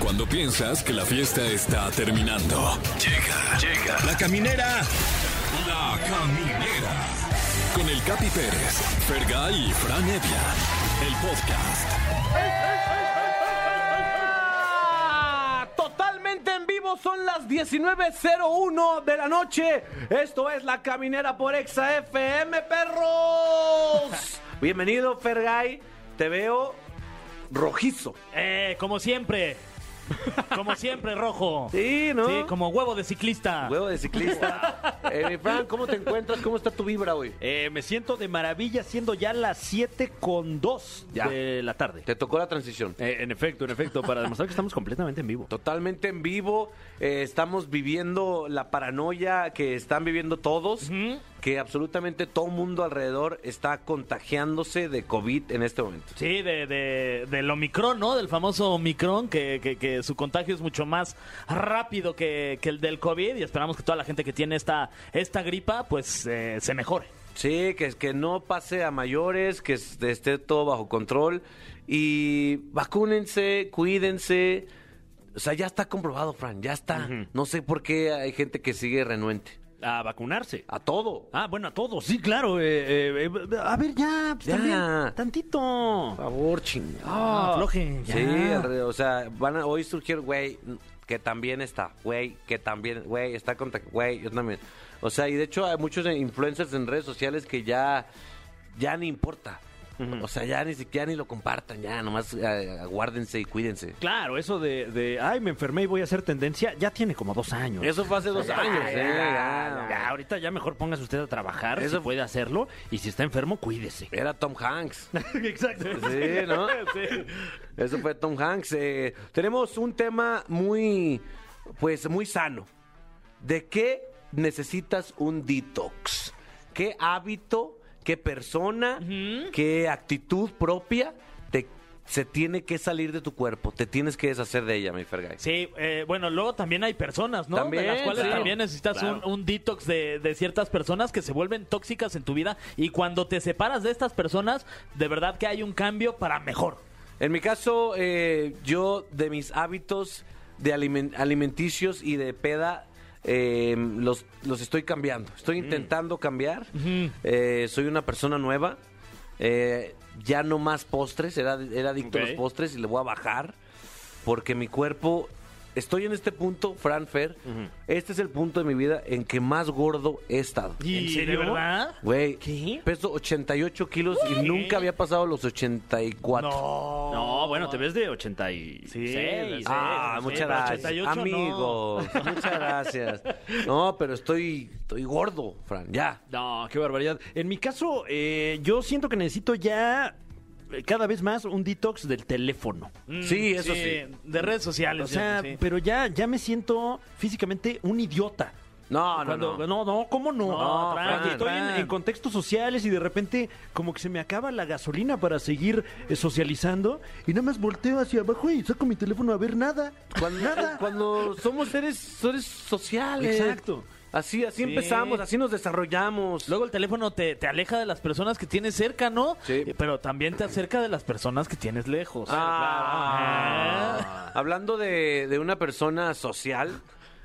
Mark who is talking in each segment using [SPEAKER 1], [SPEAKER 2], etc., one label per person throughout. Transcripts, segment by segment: [SPEAKER 1] Cuando piensas que la fiesta está terminando. Llega, llega. La caminera. La caminera. Con el Capi Pérez, Fergay y Fran Evia. El podcast.
[SPEAKER 2] Ah, Totalmente en vivo, son las 19.01 de la noche. Esto es La Caminera por Exa FM, perros. Bienvenido, Fergay. Te veo rojizo.
[SPEAKER 3] Eh, como siempre. Como siempre, rojo.
[SPEAKER 2] Sí, ¿no?
[SPEAKER 3] Sí, como huevo de ciclista.
[SPEAKER 2] Huevo de ciclista. Eh, mi Fran, ¿cómo te encuentras? ¿Cómo está tu vibra hoy?
[SPEAKER 3] Eh, me siento de maravilla siendo ya las 7 con 2
[SPEAKER 2] Ya.
[SPEAKER 3] de la tarde.
[SPEAKER 2] Te tocó la transición.
[SPEAKER 3] Eh, en efecto, en efecto, para demostrar que estamos completamente en vivo.
[SPEAKER 2] Totalmente en vivo, eh, estamos viviendo la paranoia que están viviendo todos, que absolutamente todo mundo alrededor está contagiándose de COVID en este momento.
[SPEAKER 3] Sí, de, de- del Omicron, ¿no? Del famoso Omicron, que, que- que su contagio es mucho más rápido que, que el del COVID y esperamos que toda la gente que tiene esta, esta gripa, pues eh, se mejore.
[SPEAKER 2] Sí, que, que no pase a mayores, que es- esté todo bajo control y vacúnense, cuídense. O sea, ya está comprobado, Fran, ya está. No sé por qué hay gente que sigue renuente.
[SPEAKER 3] A vacunarse.
[SPEAKER 2] A todo.
[SPEAKER 3] Ah, bueno, a todos, sí, claro. eh, eh, eh, a ver, ya, pues,
[SPEAKER 2] Ya.
[SPEAKER 3] también, tantito.
[SPEAKER 2] Por favor, chingada.
[SPEAKER 3] Ah, aflojen, ya.
[SPEAKER 2] Sí, alre- o sea, van a hoy surgir, güey, que también está, güey, que también, güey, está contactado, güey, yo también. O sea, y de hecho hay muchos influencers en redes sociales que ya, ya ni importa. O sea, ya ni siquiera ni lo compartan, ya, nomás eh, aguárdense y cuídense.
[SPEAKER 4] Claro, eso de, de, ay, me enfermé y voy a hacer tendencia, ya tiene como dos años.
[SPEAKER 2] Eso fue hace dos
[SPEAKER 4] Ya,
[SPEAKER 2] años,
[SPEAKER 4] ya,
[SPEAKER 2] ¿eh?
[SPEAKER 4] ya,
[SPEAKER 2] ya.
[SPEAKER 4] ya, ahorita ya mejor póngase usted a trabajar,
[SPEAKER 2] Eso-
[SPEAKER 4] si puede hacerlo, y si está enfermo, cuídese.
[SPEAKER 2] Era Tom Hanks.
[SPEAKER 4] Exacto.
[SPEAKER 2] Sí, ¿no? Eso fue Tom Hanks. Eh, tenemos un tema muy, pues, muy sano. ¿De qué necesitas un detox? ¿Qué hábito, qué persona, qué actitud propia te, se tiene que salir de tu cuerpo? Te tienes que deshacer de ella, mi Fergay.
[SPEAKER 3] Sí, eh, bueno, luego también hay personas, ¿no?
[SPEAKER 2] También,
[SPEAKER 3] de las cuales
[SPEAKER 2] claro.
[SPEAKER 3] también necesitas
[SPEAKER 4] Claro.
[SPEAKER 3] un, un detox de, de ciertas personas que se vuelven tóxicas en tu vida y cuando te separas de estas personas, de verdad que hay un cambio para mejor.
[SPEAKER 2] En mi caso, eh, yo de mis hábitos de alimen- alimenticios y de peda, eh, los, los estoy cambiando. Estoy intentando cambiar. Eh, soy una persona nueva. Eh, ya no más postres. Era, era adicto a los
[SPEAKER 4] Ok.
[SPEAKER 2] postres y le voy a bajar. Porque mi cuerpo... Estoy en este punto, Fran Fer. Este es el punto de mi vida en que más gordo he estado.
[SPEAKER 3] ¿En serio? verdad?
[SPEAKER 2] Güey,
[SPEAKER 3] ¿Qué?
[SPEAKER 2] peso 88 kilos y nunca había pasado los 84.
[SPEAKER 3] No.
[SPEAKER 4] No, bueno, te ves de 86.
[SPEAKER 3] Sí, sí,
[SPEAKER 2] Ah,
[SPEAKER 3] sí,
[SPEAKER 2] muchas
[SPEAKER 3] pero
[SPEAKER 2] gracias.
[SPEAKER 3] 88 no.
[SPEAKER 2] Amigos, muchas gracias. No, pero estoy, estoy gordo, Fran, ya.
[SPEAKER 4] No, qué barbaridad. En mi caso, eh, yo siento que necesito ya eh, cada vez más un detox del teléfono.
[SPEAKER 3] Mm,
[SPEAKER 2] Sí, eso sí.
[SPEAKER 3] De redes sociales.
[SPEAKER 4] O sea,
[SPEAKER 3] sí.
[SPEAKER 4] pero ya, ya me siento físicamente un idiota.
[SPEAKER 2] No, no,
[SPEAKER 4] Cuando-
[SPEAKER 2] no.
[SPEAKER 4] no, no, ¿cómo no?
[SPEAKER 3] No, Fran,
[SPEAKER 4] Cuando estoy en,
[SPEAKER 3] Fran.
[SPEAKER 4] en contextos sociales y de repente como que se me acaba la gasolina para seguir eh, socializando y nada más volteo hacia abajo y saco mi teléfono a ver nada.
[SPEAKER 2] Cuando,
[SPEAKER 4] nada.
[SPEAKER 2] cuando somos seres, seres sociales.
[SPEAKER 4] Exacto.
[SPEAKER 2] Así, así
[SPEAKER 3] Sí.
[SPEAKER 2] empezamos, así nos desarrollamos.
[SPEAKER 3] Luego pues, el teléfono te, te aleja de las personas que tienes cerca, ¿no?
[SPEAKER 2] Sí.
[SPEAKER 3] Eh, Pero también te acerca de las personas que tienes lejos.
[SPEAKER 2] Ah.
[SPEAKER 3] Claro.
[SPEAKER 2] Hablando de, de una persona social,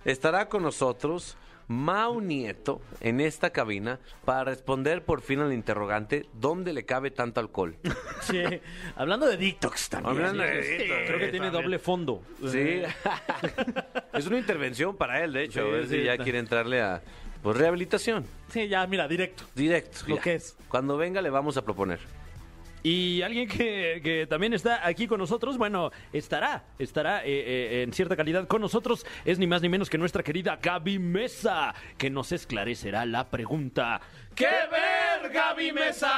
[SPEAKER 2] estará con nosotros Mau Nieto en esta cabina para responder por fin al interrogante ¿dónde le cabe tanto alcohol?
[SPEAKER 3] Sí. Hablando de detox también.
[SPEAKER 2] Hablando de
[SPEAKER 3] Sí, sí,
[SPEAKER 2] detox,
[SPEAKER 4] Creo que tiene
[SPEAKER 3] también.
[SPEAKER 4] doble fondo.
[SPEAKER 2] Sí.
[SPEAKER 3] Eh,
[SPEAKER 2] es una intervención para él, de hecho.
[SPEAKER 3] Sí,
[SPEAKER 2] a ver
[SPEAKER 3] sí,
[SPEAKER 2] si ya
[SPEAKER 3] está.
[SPEAKER 2] quiere entrarle a pues, rehabilitación.
[SPEAKER 3] Sí, ya, mira, directo.
[SPEAKER 2] Directo.
[SPEAKER 3] Lo
[SPEAKER 2] ya.
[SPEAKER 3] que es.
[SPEAKER 2] Cuando venga le vamos a proponer.
[SPEAKER 4] Y alguien que, que también está aquí con nosotros, bueno, estará, estará eh, eh, en cierta calidad con nosotros, es ni más ni menos que nuestra querida Gaby Mesa, que nos esclarecerá la pregunta.
[SPEAKER 3] ¡Qué ver, Gaby Mesa!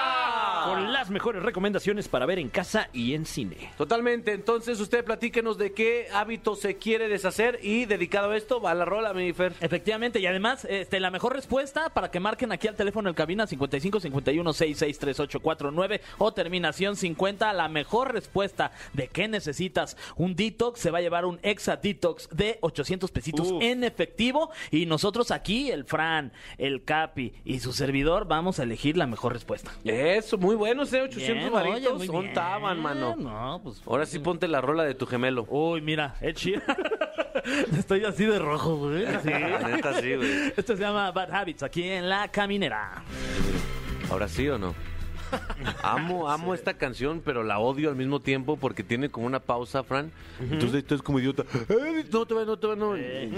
[SPEAKER 4] Con las mejores recomendaciones para ver en casa y en cine.
[SPEAKER 2] Totalmente. Entonces usted platíquenos de qué hábito se quiere deshacer y dedicado a esto va la rola, mi Fer.
[SPEAKER 3] Efectivamente, y además, este, la mejor respuesta para que marquen aquí al teléfono en cabina 55 51 66 38 49 o terminación 50, la mejor respuesta de qué necesitas un detox se va a llevar un exa detox de 800 pesitos
[SPEAKER 4] Uf.
[SPEAKER 3] en efectivo y nosotros aquí, el Fran, el Capi y su servidor vamos a elegir elegir la mejor respuesta.
[SPEAKER 2] Eso, muy bueno ese 800
[SPEAKER 3] Bien,
[SPEAKER 2] varitos.
[SPEAKER 3] oye, muy
[SPEAKER 2] son
[SPEAKER 3] bien.
[SPEAKER 2] taban, mano.
[SPEAKER 3] No, pues.
[SPEAKER 2] Ahora sí ponte la rola de tu gemelo.
[SPEAKER 3] Uy, mira, Ed Sheeran. Estoy así de rojo, güey. así.
[SPEAKER 2] Neta, sí, güey.
[SPEAKER 3] Esto se llama Bad Habits, aquí en La Caminera.
[SPEAKER 2] Ahora sí o no. Amo, amo esta canción, pero la odio al mismo tiempo porque tiene como una pausa, Fran. Entonces tú es como idiota. "Eh, No, todavía no, todavía no.
[SPEAKER 3] Eh.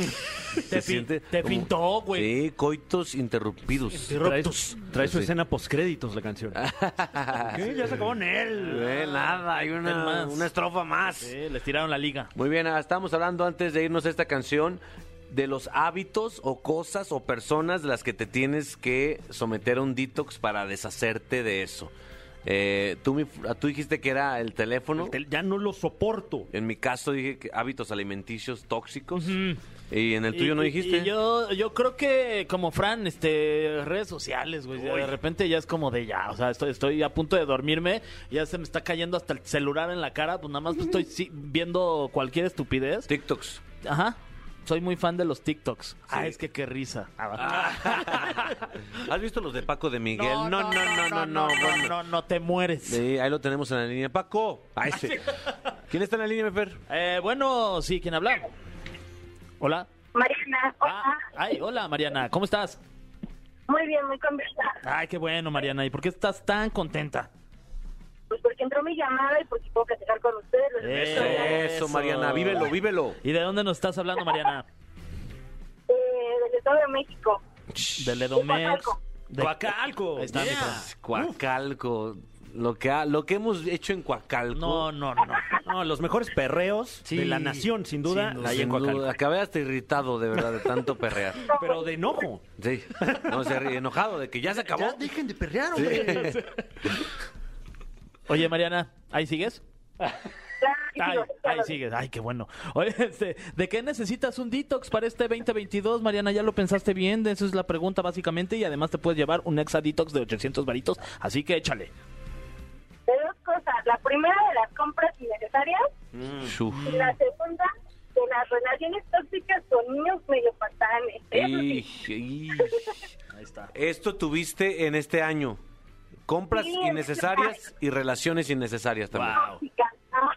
[SPEAKER 3] Te pin- te pintó, güey.
[SPEAKER 2] Sí, coitos interrumpidos.
[SPEAKER 4] Trae, trae su
[SPEAKER 2] Sí.
[SPEAKER 4] escena postcréditos la canción. ¿Qué? Ya se acabó en él.
[SPEAKER 2] Eh, nada, hay
[SPEAKER 3] ten
[SPEAKER 2] una,
[SPEAKER 3] más.
[SPEAKER 2] una estrofa más.
[SPEAKER 3] Sí, les tiraron la liga.
[SPEAKER 2] Muy bien, ah, estábamos hablando antes de irnos a esta canción de los hábitos o cosas o personas de las que te tienes que someter a un detox para deshacerte de eso. Eh, tú, mi- tú dijiste que era el teléfono.
[SPEAKER 4] El tel- Este, Ya no lo soporto.
[SPEAKER 2] en mi caso dije que hábitos alimenticios tóxicos. Y en el tuyo no
[SPEAKER 3] Y- y-
[SPEAKER 2] dijiste.
[SPEAKER 3] y yo, yo creo que como Fran, este, redes sociales, güey. ya De repente ya es como de ya, o sea, estoy, estoy a punto de dormirme, ya se me está cayendo hasta el celular en la cara, pues nada más pues, estoy sí, viendo cualquier estupidez.
[SPEAKER 2] TikToks.
[SPEAKER 3] Ajá. Soy muy fan de los TikToks. Ah,
[SPEAKER 2] Sí.
[SPEAKER 3] es que qué risa.
[SPEAKER 4] Ah,
[SPEAKER 3] Ah,
[SPEAKER 2] ¿Has visto los de Paco de Miguel? No, no, no, no, no. bueno.
[SPEAKER 3] no, no te mueres.
[SPEAKER 2] Sí, ahí lo tenemos en la línea. Paco. Ahí sí. ¿Quién está en la línea, Mefer?
[SPEAKER 3] Eh, bueno, sí, ¿quién habla? Hola.
[SPEAKER 5] Mariana, hola.
[SPEAKER 3] Ah, ay, hola, Mariana, ¿cómo estás?
[SPEAKER 5] Muy bien, muy contenta.
[SPEAKER 3] Ay, qué bueno, Mariana. ¿Y por qué estás tan contenta?
[SPEAKER 5] Pues porque entró mi llamada y porque puedo platicar con ustedes. los
[SPEAKER 3] Eh.
[SPEAKER 5] estoy hablando,
[SPEAKER 2] Eso, Mariana. Vívelo, vívelo.
[SPEAKER 3] ¿Y de dónde nos estás hablando, Mariana?
[SPEAKER 5] eh, del Estado de México.
[SPEAKER 3] Del Edomex. De-
[SPEAKER 4] Coacalco.
[SPEAKER 3] Ahí está, mi
[SPEAKER 4] Yeah.
[SPEAKER 3] Fran.
[SPEAKER 2] Cuacalco. Lo que, ha- lo que hemos hecho en Cuacalco.
[SPEAKER 3] No, no, no.
[SPEAKER 4] No, los mejores perreos
[SPEAKER 3] Sí.
[SPEAKER 4] de la nación, sin duda,
[SPEAKER 3] Sin duda.
[SPEAKER 4] ahí
[SPEAKER 2] Sin
[SPEAKER 4] en Coacalco.
[SPEAKER 2] duda, acabé hasta irritado de verdad de tanto perrear.
[SPEAKER 4] Pero de enojo.
[SPEAKER 2] Sí, no, se ríe, enojado de que ya se acabó.
[SPEAKER 4] dejen de perrear,
[SPEAKER 2] Sí.
[SPEAKER 3] Oye, Mariana, ¿ahí sigues?
[SPEAKER 5] Claro,
[SPEAKER 3] Ay,
[SPEAKER 5] sigo,
[SPEAKER 3] ahí
[SPEAKER 5] claro.
[SPEAKER 3] sigues. Ay, qué bueno. Oye, este, ¿de qué necesitas un detox para este 2022, Mariana? Ya lo pensaste bien, esa es la pregunta básicamente. Y además te puedes llevar un exa detox de 800 varitos. Así que échale.
[SPEAKER 5] De dos cosas. La primera de las compras innecesarias
[SPEAKER 3] Mm.
[SPEAKER 2] Shuf.
[SPEAKER 5] y la segunda de las relaciones tóxicas con niños medio patanes. Eso sí.
[SPEAKER 2] Ij, ij.
[SPEAKER 3] Ahí está.
[SPEAKER 2] Esto tuviste en este año. Compras
[SPEAKER 5] Sí, este
[SPEAKER 2] innecesarias y relaciones innecesarias también.
[SPEAKER 4] Wow.
[SPEAKER 5] Tóxicas. Ah,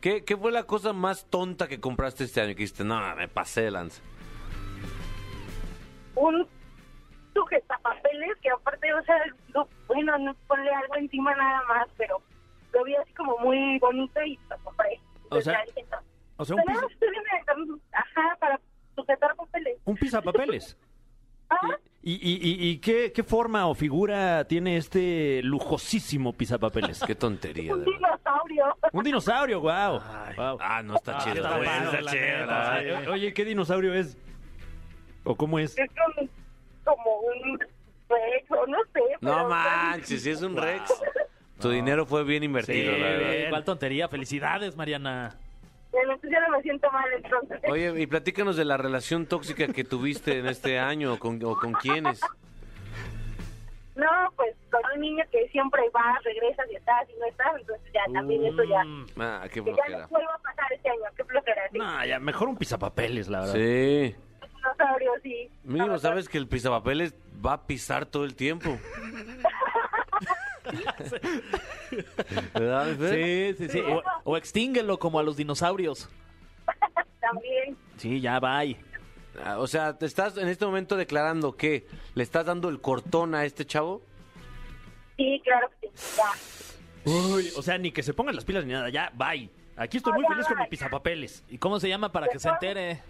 [SPEAKER 2] ¿Qué, qué fue la cosa más tonta que compraste este año? Que dijiste, no, me pasé de lanza.
[SPEAKER 5] Un sujetapapeles que aparte, o sea, no- bueno, no ponle algo encima nada más, pero lo vi así como muy bonito y lo compré.
[SPEAKER 4] O sea,
[SPEAKER 5] Entonces, ya dije, no.
[SPEAKER 4] O sea, un,
[SPEAKER 5] Pero
[SPEAKER 4] pis-
[SPEAKER 5] estoy bien, Ajá, para sujetar papeles.
[SPEAKER 4] un pisapapeles.
[SPEAKER 5] Ah,
[SPEAKER 4] ¿Y, y, y- y qué, qué forma o figura tiene este lujosísimo pisapapeles?
[SPEAKER 2] Qué tontería,
[SPEAKER 5] un
[SPEAKER 2] de verdad.
[SPEAKER 5] dinosaurio.
[SPEAKER 4] un dinosaurio, wow.
[SPEAKER 2] Ah, no está chido.
[SPEAKER 3] está
[SPEAKER 2] güey,
[SPEAKER 3] bueno,
[SPEAKER 2] está
[SPEAKER 3] la
[SPEAKER 2] chido, ¿eh?
[SPEAKER 3] neta,
[SPEAKER 2] la verdad.
[SPEAKER 4] Eh, Oye, ¿qué dinosaurio es? ¿O cómo es?
[SPEAKER 5] Es como, como un rex, o no sé.
[SPEAKER 2] No
[SPEAKER 5] pero-
[SPEAKER 2] manches, si es un Rex. Tu dinero fue bien invertido,
[SPEAKER 4] Sí,
[SPEAKER 2] la verdad.
[SPEAKER 4] bien.
[SPEAKER 3] Eh, ¿Cuál tontería? Felicidades, Mariana.
[SPEAKER 5] Bueno, entonces ya no me siento mal entonces.
[SPEAKER 2] Oye, y platícanos de la relación tóxica que tuviste en este año o con, o con quiénes.
[SPEAKER 5] No, pues con un niño que siempre va, regresa y está, y no está, entonces ya también eso ya.
[SPEAKER 2] Ah, qué
[SPEAKER 5] Que ya no
[SPEAKER 2] flojera.
[SPEAKER 5] vuelva a pasar este año, qué flojera. Sí,
[SPEAKER 4] No, ya mejor un pisapapeles, la verdad.
[SPEAKER 2] Sí.
[SPEAKER 5] dinosaurio, sí.
[SPEAKER 2] Mínimo, sabes que el pisapapeles va a pisar todo el tiempo. ¿Verdad, Fer?
[SPEAKER 3] Sí, sí, sí. O, o extínguelo como a los dinosaurios.
[SPEAKER 5] También.
[SPEAKER 3] Sí, ya, bye.
[SPEAKER 2] Ah, O sea, te estás en este momento declarando que le estás dando el cortón a este chavo.
[SPEAKER 5] Sí, claro que sí. Ya.
[SPEAKER 4] Uy, o sea, ni que se pongan las pilas ni nada, ya, bye. Aquí estoy muy
[SPEAKER 5] Hola.
[SPEAKER 4] feliz con mi pisapapeles.
[SPEAKER 3] ¿Y cómo se llama para que se entere?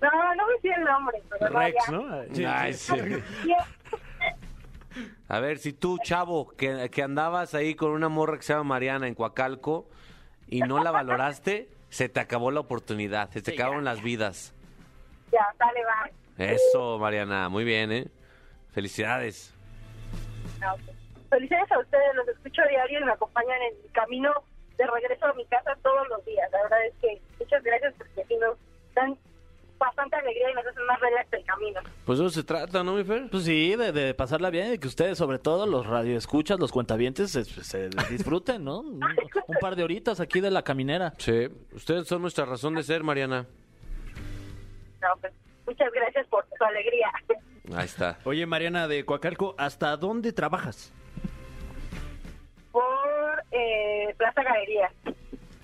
[SPEAKER 5] No, no me sé el nombre, pero
[SPEAKER 4] Rex,
[SPEAKER 5] vaya.
[SPEAKER 4] ¿no? Ah, Sí,
[SPEAKER 2] Ay,
[SPEAKER 4] sí.
[SPEAKER 2] sí.
[SPEAKER 5] Sí,
[SPEAKER 2] A ver, si tú, chavo, que, que andabas ahí con una morra que se llama Mariana en Coacalco y no la valoraste, se te acabó la oportunidad, se te acabaron las vidas.
[SPEAKER 5] Ya, sale, va.
[SPEAKER 2] Eso, Mariana, muy bien, ¿eh? Felicidades.
[SPEAKER 5] Ah, ok. Felicidades a ustedes, los escucho diario y me acompañan en mi camino de regreso a mi casa todos los días. La verdad es que muchas gracias porque así nos dan bastante alegría y nos hacen más relax el camino.
[SPEAKER 2] Pues de eso se trata, ¿no, mi Fer?
[SPEAKER 3] Pues sí, de, de pasarla bien y que ustedes, sobre todo los radioescuchas, los cuentavientes, se, se disfruten, ¿no? Un, un par de horitas aquí de la caminera.
[SPEAKER 2] Sí, ustedes son nuestra razón de ser, Mariana.
[SPEAKER 5] No, pues, muchas gracias por su alegría.
[SPEAKER 2] Ahí está.
[SPEAKER 4] Oye, Mariana de Coacalco, ¿hasta dónde trabajas?
[SPEAKER 5] por eh, Plaza Galería.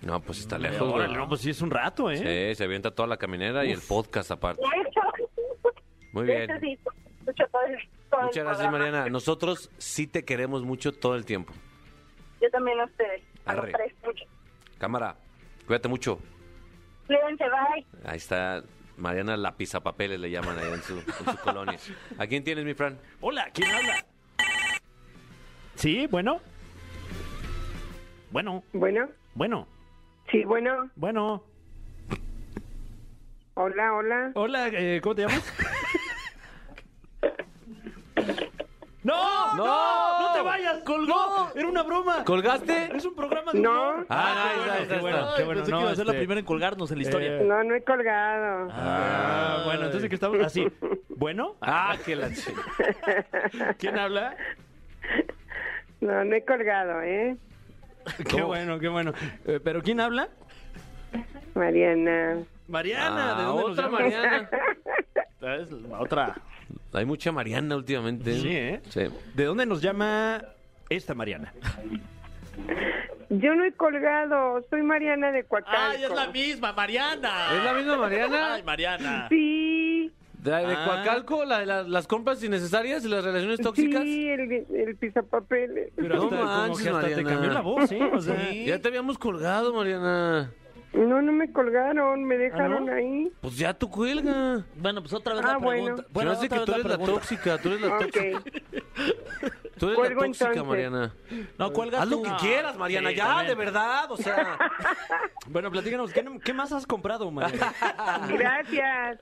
[SPEAKER 2] No, pues está
[SPEAKER 4] Eh,
[SPEAKER 2] lejos. güey.
[SPEAKER 4] Órale, no, pues sí es un rato, ¿eh?
[SPEAKER 2] Sí, se avienta toda la caminera y el podcast aparte.
[SPEAKER 5] De hecho,
[SPEAKER 2] Muy
[SPEAKER 5] de hecho,
[SPEAKER 2] bien.
[SPEAKER 5] sí, escucho todo el- todo el
[SPEAKER 2] Muchas gracias,
[SPEAKER 5] programa.
[SPEAKER 2] Mariana. Nosotros sí te queremos mucho todo el tiempo.
[SPEAKER 5] Yo también a ustedes. A los
[SPEAKER 2] Arre.
[SPEAKER 5] tres, mucho.
[SPEAKER 2] Cámara, cuídate mucho.
[SPEAKER 5] Cuídense, bye.
[SPEAKER 2] Ahí está Mariana la Papeles, le llaman ahí en su, en su colonia. ¿A quién tienes, mi Fran?
[SPEAKER 4] Hola, ¿quién habla? Sí, bueno. Bueno,
[SPEAKER 6] Bueno,
[SPEAKER 4] bueno,
[SPEAKER 6] sí, bueno.
[SPEAKER 4] bueno.
[SPEAKER 6] Hola, hola.
[SPEAKER 4] Hola, eh, ¿cómo te llamas? ¡No! ¡No! ¡No te vayas! ¡Colgó! ¡Era una broma!
[SPEAKER 2] ¿Colgaste?
[SPEAKER 4] ¡Es un programa de
[SPEAKER 6] No.
[SPEAKER 4] humor.
[SPEAKER 2] Ah,
[SPEAKER 4] qué
[SPEAKER 2] ahí está,
[SPEAKER 4] bueno,
[SPEAKER 2] ahí está,
[SPEAKER 4] qué
[SPEAKER 2] ahí
[SPEAKER 4] bueno,
[SPEAKER 2] está.
[SPEAKER 4] qué bueno,
[SPEAKER 3] Pensé
[SPEAKER 4] no,
[SPEAKER 3] que iba a ser la
[SPEAKER 4] este,
[SPEAKER 3] primera en colgarnos en la historia.
[SPEAKER 4] eh,
[SPEAKER 6] No, no he colgado.
[SPEAKER 4] Ah, bueno, entonces que estamos así. ¿Bueno?
[SPEAKER 2] Ah, que la chica.
[SPEAKER 4] ¿Quién habla?
[SPEAKER 6] No, no he colgado, ¿eh?
[SPEAKER 4] Qué bueno, qué bueno. Eh, ¿Pero quién habla?
[SPEAKER 6] Mariana.
[SPEAKER 4] Mariana, ¿de dónde nos
[SPEAKER 2] Ah, otra
[SPEAKER 4] llamas?
[SPEAKER 2] Mariana.
[SPEAKER 4] Es la otra.
[SPEAKER 2] Hay mucha Mariana últimamente.
[SPEAKER 4] Sí, ¿eh?
[SPEAKER 2] Sí.
[SPEAKER 4] ¿De dónde nos llama esta Mariana?
[SPEAKER 6] Yo no he colgado. Soy Mariana de Coacalco.
[SPEAKER 3] ¡Ay, es la misma, Mariana!
[SPEAKER 2] ¿Es la misma Mariana?
[SPEAKER 3] ¡Ay, Mariana!
[SPEAKER 6] Sí.
[SPEAKER 2] ¿De, de
[SPEAKER 4] Ah.
[SPEAKER 2] Coacalco? la- la- ¿Las compras innecesarias y las relaciones tóxicas?
[SPEAKER 6] Sí, el, el pisapapeles.
[SPEAKER 4] Pero
[SPEAKER 2] No
[SPEAKER 4] hasta, como
[SPEAKER 2] manches,
[SPEAKER 4] que hasta te
[SPEAKER 2] Mariana.
[SPEAKER 4] cambió la voz, ¿eh? O sea,
[SPEAKER 2] Ya te habíamos colgado, Mariana.
[SPEAKER 6] No, no me colgaron. Me dejaron
[SPEAKER 4] ¿no?
[SPEAKER 6] ahí.
[SPEAKER 2] Pues ya tú cuelga.
[SPEAKER 3] Bueno, pues otra vez la
[SPEAKER 6] Ah,
[SPEAKER 3] pregunta.
[SPEAKER 6] bueno.
[SPEAKER 2] Bueno,
[SPEAKER 3] otra
[SPEAKER 2] hace que
[SPEAKER 3] vez
[SPEAKER 2] tú eres la,
[SPEAKER 3] pregunta.
[SPEAKER 2] tóxica, tú eres la tóxica,
[SPEAKER 6] Ok.
[SPEAKER 2] tú eres la
[SPEAKER 6] Cuelgo
[SPEAKER 2] tóxica,
[SPEAKER 6] entonces.
[SPEAKER 2] Mariana.
[SPEAKER 3] No, cuelgas
[SPEAKER 2] Haz lo
[SPEAKER 3] tú.
[SPEAKER 2] que
[SPEAKER 3] No,
[SPEAKER 2] quieras, Mariana,
[SPEAKER 3] sí,
[SPEAKER 2] ya,
[SPEAKER 3] también.
[SPEAKER 2] de verdad, o sea.
[SPEAKER 4] Bueno, platícanos, ¿qué, qué más has comprado, Mariana?
[SPEAKER 6] Gracias.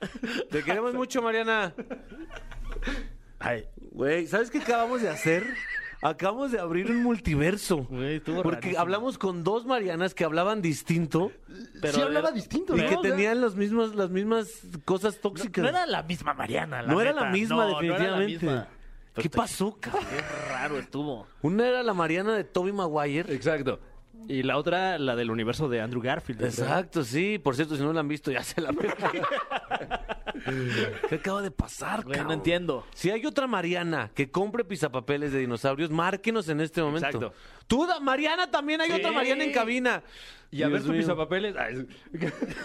[SPEAKER 2] Te queremos mucho, Mariana.
[SPEAKER 4] Ay,
[SPEAKER 2] Güey, ¿sabes qué acabamos de hacer? Acabamos de abrir un multiverso.
[SPEAKER 3] Güey, estuvo
[SPEAKER 2] porque
[SPEAKER 3] rarísimo.
[SPEAKER 2] hablamos con dos Marianas que hablaban distinto
[SPEAKER 3] Pero
[SPEAKER 4] sí
[SPEAKER 3] de-
[SPEAKER 4] hablaba distinto,
[SPEAKER 2] y
[SPEAKER 4] ¿no?
[SPEAKER 2] que
[SPEAKER 4] O sea,
[SPEAKER 2] tenían las mismas, las mismas cosas tóxicas.
[SPEAKER 3] No era la misma Mariana. La
[SPEAKER 2] No era
[SPEAKER 3] neta.
[SPEAKER 2] la misma,
[SPEAKER 3] No, no era la
[SPEAKER 2] definitivamente.
[SPEAKER 3] misma.
[SPEAKER 2] ¿Qué pasó, cabrón?
[SPEAKER 3] Qué raro estuvo.
[SPEAKER 2] Una era la Mariana de Toby Maguire.
[SPEAKER 4] Exacto. Y la otra, la del universo de Andrew Garfield. ¿verdad?
[SPEAKER 2] Exacto, sí. Por cierto, si no la han visto, ya se la perdí. ¿Qué acaba de pasar,
[SPEAKER 3] Güey,
[SPEAKER 2] cabrón?
[SPEAKER 3] no entiendo.
[SPEAKER 2] Si hay otra Mariana que compre pisapapeles de dinosaurios, márquenos en este momento.
[SPEAKER 4] Exacto.
[SPEAKER 2] Tú, da- Mariana, también hay otra
[SPEAKER 4] Sí.
[SPEAKER 2] Mariana en cabina.
[SPEAKER 4] Y a ver
[SPEAKER 2] Dios
[SPEAKER 4] tu
[SPEAKER 2] mío.
[SPEAKER 4] pisapapeles. Ay,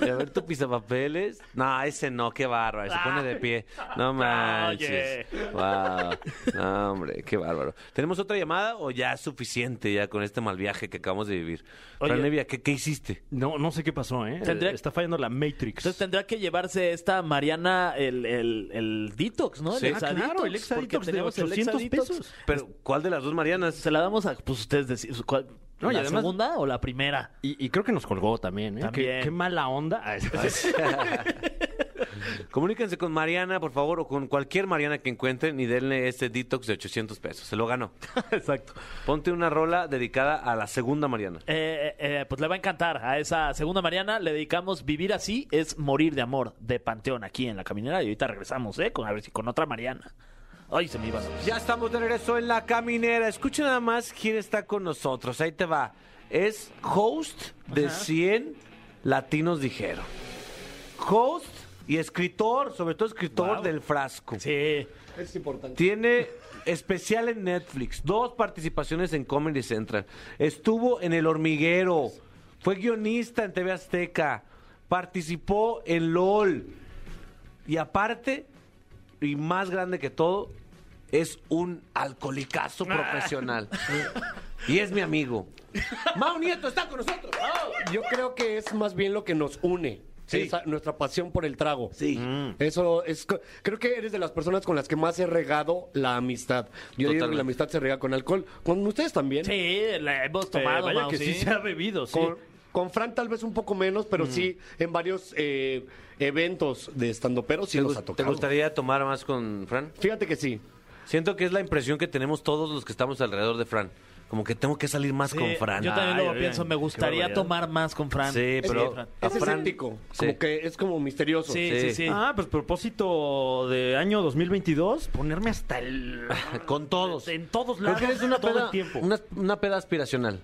[SPEAKER 2] Y a ver tu pisapapeles. No, ese no, qué bárbaro. Se pone de pie. No manches. Wow. No, hombre, qué bárbaro. ¿Tenemos otra llamada o ya es suficiente ya con este mal viaje que acabamos de vivir?
[SPEAKER 3] Oye.
[SPEAKER 2] Fran Evia, ¿qué, qué hiciste?
[SPEAKER 4] No, no sé qué pasó, ¿eh?
[SPEAKER 3] Tendría-
[SPEAKER 4] Está fallando la Matrix.
[SPEAKER 3] Entonces tendrá que llevarse esta Mariana el, el, el detox, ¿no?
[SPEAKER 2] Sí.
[SPEAKER 3] El
[SPEAKER 2] Ah,
[SPEAKER 3] Exaditox,
[SPEAKER 4] claro, el Exaditox
[SPEAKER 3] porque
[SPEAKER 4] de
[SPEAKER 3] tenemos el
[SPEAKER 4] 800
[SPEAKER 3] Exaditox.
[SPEAKER 4] pesos.
[SPEAKER 2] Pero, ¿cuál de las dos Marianas?
[SPEAKER 3] Se la damos a, pues ustedes deciden ¿cuál-
[SPEAKER 4] No, y
[SPEAKER 3] ¿La
[SPEAKER 4] además-
[SPEAKER 3] segunda o la primera?
[SPEAKER 4] Y, y creo que nos colgó también, ¿eh?
[SPEAKER 3] También.
[SPEAKER 4] Qué, qué mala onda. Ah, Ay,
[SPEAKER 2] Comuníquense con Mariana, por favor, o con cualquier Mariana que encuentren y denle este detox de 800 pesos. Se lo ganó.
[SPEAKER 3] Exacto.
[SPEAKER 2] Ponte una rola dedicada a la segunda Mariana.
[SPEAKER 3] Eh, eh, eh, pues le va a encantar a esa segunda Mariana. Le dedicamos Vivir así es morir de amor de Panteón aquí en la caminera. Y ahorita regresamos, ¿eh? Con, a ver si con otra Mariana. Ay, se me iba. a-
[SPEAKER 2] Ya estamos de regreso en la caminera. Escucha nada más quién está con nosotros. Ahí te va. Es host de 100 Latinos Dijeron. Host y escritor, sobre todo escritor
[SPEAKER 3] Wow.
[SPEAKER 2] del frasco.
[SPEAKER 3] Sí.
[SPEAKER 2] Tiene especial en Netflix, dos participaciones en Comedy Central. Estuvo en El Hormiguero, fue guionista en TV Azteca, participó en LOL. Y aparte, y más grande que todo, es un alcoholicazo
[SPEAKER 3] Ah.
[SPEAKER 2] profesional. Y es mi amigo. Mau Nieto está con nosotros.
[SPEAKER 7] Yo creo que es más bien lo que nos une.
[SPEAKER 2] Sí.
[SPEAKER 7] Esa- nuestra pasión por el trago. Mm.
[SPEAKER 2] Sí.
[SPEAKER 7] Eso es. co- Creo que eres de las personas con las que más he regado la amistad. Yo digo
[SPEAKER 2] Totalmente.
[SPEAKER 7] que la amistad se rega con alcohol. Con ustedes también.
[SPEAKER 3] Sí, la hemos
[SPEAKER 4] Eh,
[SPEAKER 3] tomado.
[SPEAKER 4] vaya
[SPEAKER 3] Mau,
[SPEAKER 4] que sí. se ha bebido, sí.
[SPEAKER 7] Con, con Fran, tal vez un poco menos, pero
[SPEAKER 2] Mm.
[SPEAKER 7] sí en varios eh, eventos de estando pero sí
[SPEAKER 2] ¿Te,
[SPEAKER 7] nos
[SPEAKER 2] gu-
[SPEAKER 7] ha
[SPEAKER 2] ¿Te
[SPEAKER 7] tocado.
[SPEAKER 2] gustaría tomar más con Fran?
[SPEAKER 7] Fíjate que sí.
[SPEAKER 2] Siento que es la impresión que tenemos todos los que estamos alrededor de Fran. Como que tengo que salir más
[SPEAKER 3] Sí,
[SPEAKER 2] con Fran.
[SPEAKER 3] Yo también
[SPEAKER 4] Ay,
[SPEAKER 3] luego
[SPEAKER 4] oigan,
[SPEAKER 3] pienso,
[SPEAKER 4] qué
[SPEAKER 3] me gustaría
[SPEAKER 4] barbaridad. pues,
[SPEAKER 3] tomar más con Fran.
[SPEAKER 2] Sí, pero
[SPEAKER 3] Fran.
[SPEAKER 2] a
[SPEAKER 7] Es
[SPEAKER 2] Fran,
[SPEAKER 7] escéptico.
[SPEAKER 2] sí.
[SPEAKER 7] Como que es como misterioso.
[SPEAKER 3] Sí, sí,
[SPEAKER 2] Sí.
[SPEAKER 3] sí.
[SPEAKER 4] Ah, pues propósito de año 2022, ponerme hasta el...
[SPEAKER 2] Ah, con todos.
[SPEAKER 4] En todos
[SPEAKER 2] Creo
[SPEAKER 4] lados,
[SPEAKER 2] que eres una
[SPEAKER 4] todo
[SPEAKER 2] peda,
[SPEAKER 4] el tiempo.
[SPEAKER 2] Una, una peda aspiracional.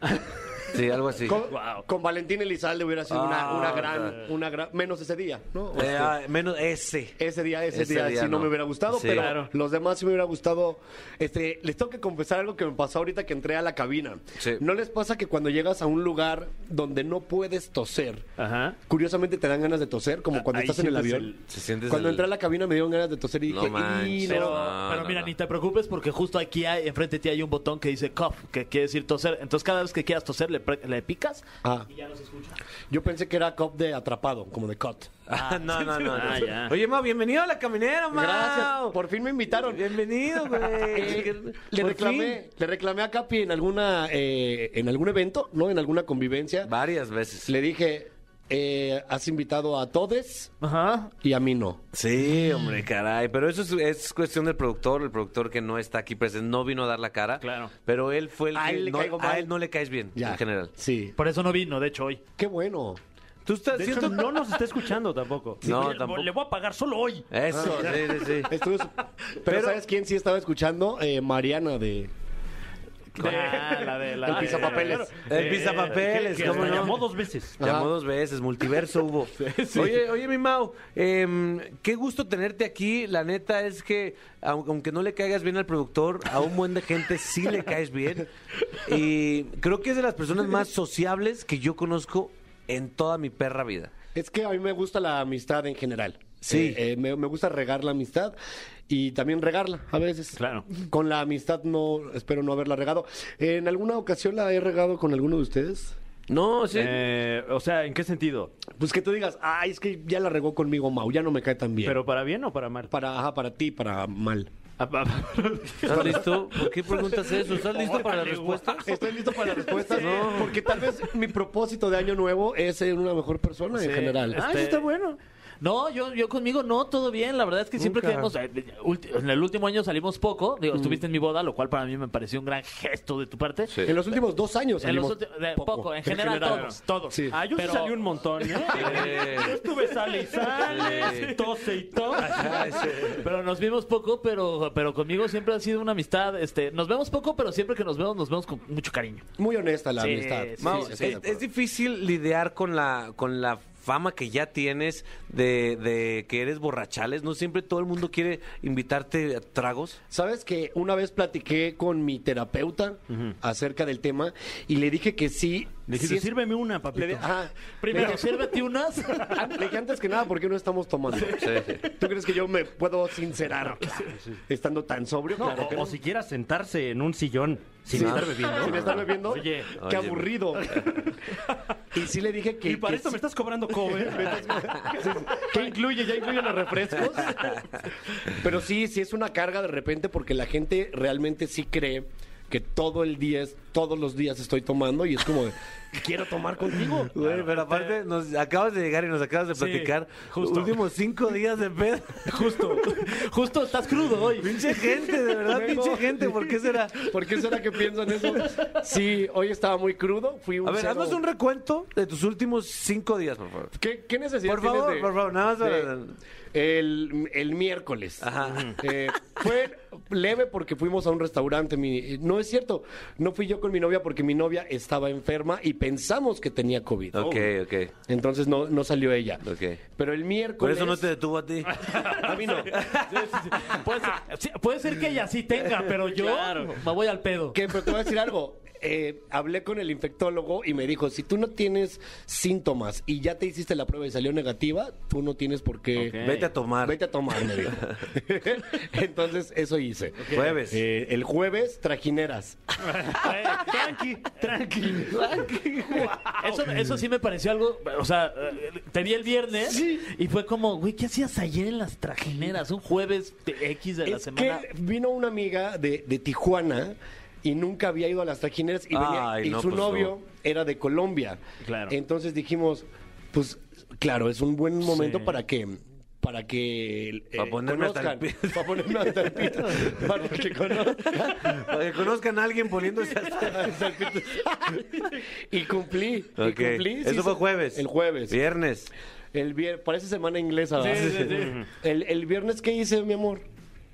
[SPEAKER 2] Sí, algo así. Eh,
[SPEAKER 7] Con,
[SPEAKER 4] Guau.
[SPEAKER 7] con Valentín Elizalde hubiera sido una,
[SPEAKER 2] Ah,
[SPEAKER 7] una
[SPEAKER 2] ok.
[SPEAKER 7] gran, una gran, menos ese día, ¿no? Este,
[SPEAKER 2] Eh, ah, menos ese.
[SPEAKER 7] Ese día, ese,
[SPEAKER 2] Ese
[SPEAKER 7] día,
[SPEAKER 2] día
[SPEAKER 7] sí no.
[SPEAKER 2] no.
[SPEAKER 7] me hubiera gustado,
[SPEAKER 2] Sí.
[SPEAKER 7] pero
[SPEAKER 2] Claro.
[SPEAKER 7] los demás sí me hubiera gustado. Este, les tengo que confesar algo que me pasó ahorita que entré a la cabina.
[SPEAKER 2] Sí.
[SPEAKER 7] ¿No les pasa que cuando llegas a un lugar donde no puedes toser,
[SPEAKER 4] Ajá.
[SPEAKER 7] curiosamente te dan ganas de toser, como cuando
[SPEAKER 4] Ahí
[SPEAKER 7] estás en el
[SPEAKER 4] sientes
[SPEAKER 7] avión?
[SPEAKER 4] el-
[SPEAKER 2] Se sientes
[SPEAKER 7] Cuando
[SPEAKER 2] el-
[SPEAKER 7] entré a la cabina me dieron ganas de toser y
[SPEAKER 2] No
[SPEAKER 7] dije, "Y
[SPEAKER 2] manches,
[SPEAKER 7] no".
[SPEAKER 3] Pero,
[SPEAKER 2] No,
[SPEAKER 3] pero
[SPEAKER 2] no,
[SPEAKER 3] mira,
[SPEAKER 2] no.
[SPEAKER 3] ni te preocupes porque justo aquí hay, enfrente de ti hay un botón que dice cough, que quiere decir toser. Entonces cada vez que quieras toser le, pre- le picas
[SPEAKER 7] Ah,
[SPEAKER 3] y ya no se escucha.
[SPEAKER 7] yo pensé que era cop de atrapado, como de cut.
[SPEAKER 2] Ah, no, no, no. no.
[SPEAKER 4] Ah, ya.
[SPEAKER 2] Oye, Mau, bienvenido a la caminera, Mau.
[SPEAKER 7] Gracias, por fin me invitaron. Eh,
[SPEAKER 2] Bienvenido, güey.
[SPEAKER 7] Le
[SPEAKER 2] Por
[SPEAKER 7] reclamé,
[SPEAKER 2] fin.
[SPEAKER 7] le reclamé a Capi en alguna, eh, en algún evento, ¿no? En alguna convivencia.
[SPEAKER 2] Varias veces.
[SPEAKER 7] Le dije, eh, has invitado a todes
[SPEAKER 3] Ajá.
[SPEAKER 7] y a mí no.
[SPEAKER 2] Sí, hombre, caray. Pero eso es, es cuestión del productor, el productor que no está aquí presente, no vino a dar la cara.
[SPEAKER 4] Claro.
[SPEAKER 2] Pero él fue el
[SPEAKER 7] A
[SPEAKER 2] que
[SPEAKER 7] él le
[SPEAKER 2] no,
[SPEAKER 7] caigo mal.
[SPEAKER 2] a él no le caes bien,
[SPEAKER 7] Ya.
[SPEAKER 2] en general.
[SPEAKER 7] Sí.
[SPEAKER 3] Por eso no vino, de hecho, hoy.
[SPEAKER 7] Qué bueno.
[SPEAKER 2] Tú estás
[SPEAKER 4] De hecho,
[SPEAKER 2] siento-
[SPEAKER 4] no nos está escuchando tampoco.
[SPEAKER 2] No,
[SPEAKER 4] Mira,
[SPEAKER 2] tampoco.
[SPEAKER 4] Le voy a pagar solo hoy.
[SPEAKER 2] Eso, sí, sí, sí.
[SPEAKER 7] Estuve su- Pero, ¿sabes quién sí estaba escuchando? Eh, Mariana de...
[SPEAKER 4] Ah, la de la
[SPEAKER 7] El
[SPEAKER 4] de-
[SPEAKER 7] pisapapeles.
[SPEAKER 4] claro.
[SPEAKER 2] El pisapapeles,
[SPEAKER 4] que- que
[SPEAKER 2] ¿cómo
[SPEAKER 4] hasta
[SPEAKER 2] no?
[SPEAKER 4] llamó dos veces.
[SPEAKER 7] Ajá.
[SPEAKER 2] Llamó dos veces, multiverso hubo. Oye, oye, mi Mau, em, qué gusto tenerte aquí. La neta es que, au- aunque no le caigas bien al productor, a un buen de gente sí le caes bien. Y creo que es de las personas más sociables que yo conozco en toda mi perra vida.
[SPEAKER 7] Es que a mí me gusta la amistad en general.
[SPEAKER 2] Sí.
[SPEAKER 7] Eh, eh, me, me gusta regar la amistad y también regarla a veces.
[SPEAKER 4] Claro.
[SPEAKER 7] Con la amistad no, espero no haberla regado. ¿En alguna ocasión la he regado con alguno de ustedes?
[SPEAKER 2] No, sí.
[SPEAKER 4] Eh, o sea, ¿en qué sentido?
[SPEAKER 7] Pues que tú digas, ay, es que ya la regó conmigo Mau, ya no me cae tan bien.
[SPEAKER 4] ¿Pero para bien o para mal?
[SPEAKER 7] para, ajá, para ti, para mal.
[SPEAKER 4] Ah, pa-
[SPEAKER 2] ¿Estás listo? ¿Por qué preguntas eso? ¿Estás listo para la
[SPEAKER 4] Órale,
[SPEAKER 2] respuesta?
[SPEAKER 7] Estoy listo para las respuestas, porque tal vez mi propósito de año nuevo es ser una mejor persona en general.
[SPEAKER 4] Ah, eso está bueno.
[SPEAKER 3] No, yo, yo conmigo no, todo bien. La verdad es que siempre
[SPEAKER 2] Nunca.
[SPEAKER 3] queremos. eh, ulti- En el último año salimos poco. Digo, estuviste en mi boda, lo cual para mí me pareció un gran gesto de tu parte.
[SPEAKER 2] Sí.
[SPEAKER 7] En los últimos dos años.
[SPEAKER 3] En los
[SPEAKER 7] salimos
[SPEAKER 3] ulti- de- poco. en general, todos, todos.
[SPEAKER 7] Sí.
[SPEAKER 4] Ah, yo sí
[SPEAKER 3] Pero-
[SPEAKER 4] salí un montón, ¿eh? Yo estuve sale y sale,
[SPEAKER 2] Sí.
[SPEAKER 4] tose y tose.
[SPEAKER 3] Pero nos vimos poco, pero, pero conmigo siempre ha sido una amistad. Este, nos vemos poco, pero siempre que nos vemos, nos vemos con mucho cariño.
[SPEAKER 7] Muy honesta la
[SPEAKER 3] Sí,
[SPEAKER 7] amistad.
[SPEAKER 3] sí,
[SPEAKER 2] Mau,
[SPEAKER 3] sí,
[SPEAKER 7] estoy de
[SPEAKER 2] es,
[SPEAKER 7] acuerdo.
[SPEAKER 2] es difícil lidiar con la con la fama que ya tienes de, de que eres borrachales. No siempre todo el mundo quiere invitarte a tragos.
[SPEAKER 7] Sabes que una vez platiqué con mi terapeuta acerca del tema y le dije que
[SPEAKER 4] Le
[SPEAKER 7] sí.
[SPEAKER 4] "Ah, dijiste,
[SPEAKER 7] sí es-
[SPEAKER 4] sírveme una, papito.
[SPEAKER 7] le di- ajá. Le
[SPEAKER 3] Primero,
[SPEAKER 7] dije,
[SPEAKER 3] sírvete unas.
[SPEAKER 7] "Ah", le dije, antes que nada, ¿por qué no estamos tomando? ¿Tú crees que yo me puedo sincerar claro, estando tan sobrio?
[SPEAKER 4] No,
[SPEAKER 7] Claro que
[SPEAKER 4] o,
[SPEAKER 7] no.
[SPEAKER 4] o siquiera sentarse en un sillón sin
[SPEAKER 7] Sí.
[SPEAKER 4] estar bebiendo.
[SPEAKER 7] Sin estar bebiendo.
[SPEAKER 4] Oye,
[SPEAKER 7] qué
[SPEAKER 2] oye.
[SPEAKER 7] aburrido. y sí le dije que.
[SPEAKER 4] y para
[SPEAKER 7] que
[SPEAKER 4] esto
[SPEAKER 7] sí.
[SPEAKER 4] me estás cobrando cover.
[SPEAKER 7] ¿Qué incluye? ¿Ya incluye los refrescos? Pero sí, sí es una carga de repente porque la gente realmente sí cree que todo el día, es- todos los días estoy tomando y es como de, quiero tomar contigo.
[SPEAKER 2] Güey, pero aparte, nos acabas de llegar y nos acabas de platicar los
[SPEAKER 4] justo.
[SPEAKER 2] últimos cinco días de pedo.
[SPEAKER 3] Justo, justo estás crudo hoy.
[SPEAKER 2] pinche gente, de verdad,
[SPEAKER 7] Luego-
[SPEAKER 2] pinche gente. ¿Por qué será?
[SPEAKER 7] ¿Por qué será que piensan eso? Sí, hoy estaba muy crudo, fui un
[SPEAKER 2] A ver,
[SPEAKER 7] cero.
[SPEAKER 2] haznos un recuento de tus últimos cinco días, por favor.
[SPEAKER 7] ¿Qué, qué necesidad
[SPEAKER 2] Por favor,
[SPEAKER 7] tienes de-
[SPEAKER 2] por favor, nada más para-
[SPEAKER 7] de- el, el miércoles.
[SPEAKER 2] Ajá.
[SPEAKER 7] Eh, fue leve porque fuimos a un restaurante. mi- no es cierto, no fui yo con mi novia porque mi novia estaba enferma y pensamos que tenía COVID.
[SPEAKER 2] Ok, ok,
[SPEAKER 7] Entonces no, no salió ella.
[SPEAKER 2] ok.
[SPEAKER 7] Pero el
[SPEAKER 2] Por
[SPEAKER 7] miércoles.
[SPEAKER 2] eso no te detuvo a ti.
[SPEAKER 7] A mí no.
[SPEAKER 3] Sí, sí, sí. Puede ser, sí, puede ser que ella sí tenga, pero yo me voy al pedo.
[SPEAKER 7] Que, pero te voy a decir algo. Eh, hablé con el infectólogo y me dijo: si tú no tienes síntomas y ya te hiciste la prueba y salió negativa, tú no tienes por qué.
[SPEAKER 4] Ok.
[SPEAKER 2] Vete a tomar.
[SPEAKER 7] Vete a tomar, me dijo. Entonces, eso hice.
[SPEAKER 2] Jueves.
[SPEAKER 7] Eh, el jueves, trajineras.
[SPEAKER 4] Eh, tranqui, tranqui.
[SPEAKER 3] Eso, eso sí me pareció algo. O sea, eh, te vi el viernes y fue como, güey, ¿qué hacías ayer en las trajineras? Un jueves de X de la
[SPEAKER 7] Es
[SPEAKER 3] semana.
[SPEAKER 7] que vino una amiga de, de Tijuana y nunca había ido a las trajineras y, venía-
[SPEAKER 2] Ay,
[SPEAKER 7] y
[SPEAKER 2] no,
[SPEAKER 7] su
[SPEAKER 2] pues
[SPEAKER 7] novio era de Colombia.
[SPEAKER 4] Claro.
[SPEAKER 7] Entonces dijimos, pues claro, es un buen momento para que para que eh,
[SPEAKER 2] Para ponerme hasta el
[SPEAKER 7] conozcan,
[SPEAKER 2] pito.
[SPEAKER 7] para ponerme hasta el pito, para que conozcan.
[SPEAKER 2] Para que conozcan a alguien poniéndose hasta-
[SPEAKER 7] Hasta el pito. y cumplí, y
[SPEAKER 2] Ok.
[SPEAKER 7] cumplí, sí,
[SPEAKER 2] Eso fue
[SPEAKER 7] sí.
[SPEAKER 2] jueves.
[SPEAKER 7] El jueves.
[SPEAKER 2] Viernes.
[SPEAKER 7] El vier... Parece semana inglesa. ¿verdad?
[SPEAKER 3] Sí, sí, sí.
[SPEAKER 7] El, el viernes, ¿qué hice, mi amor?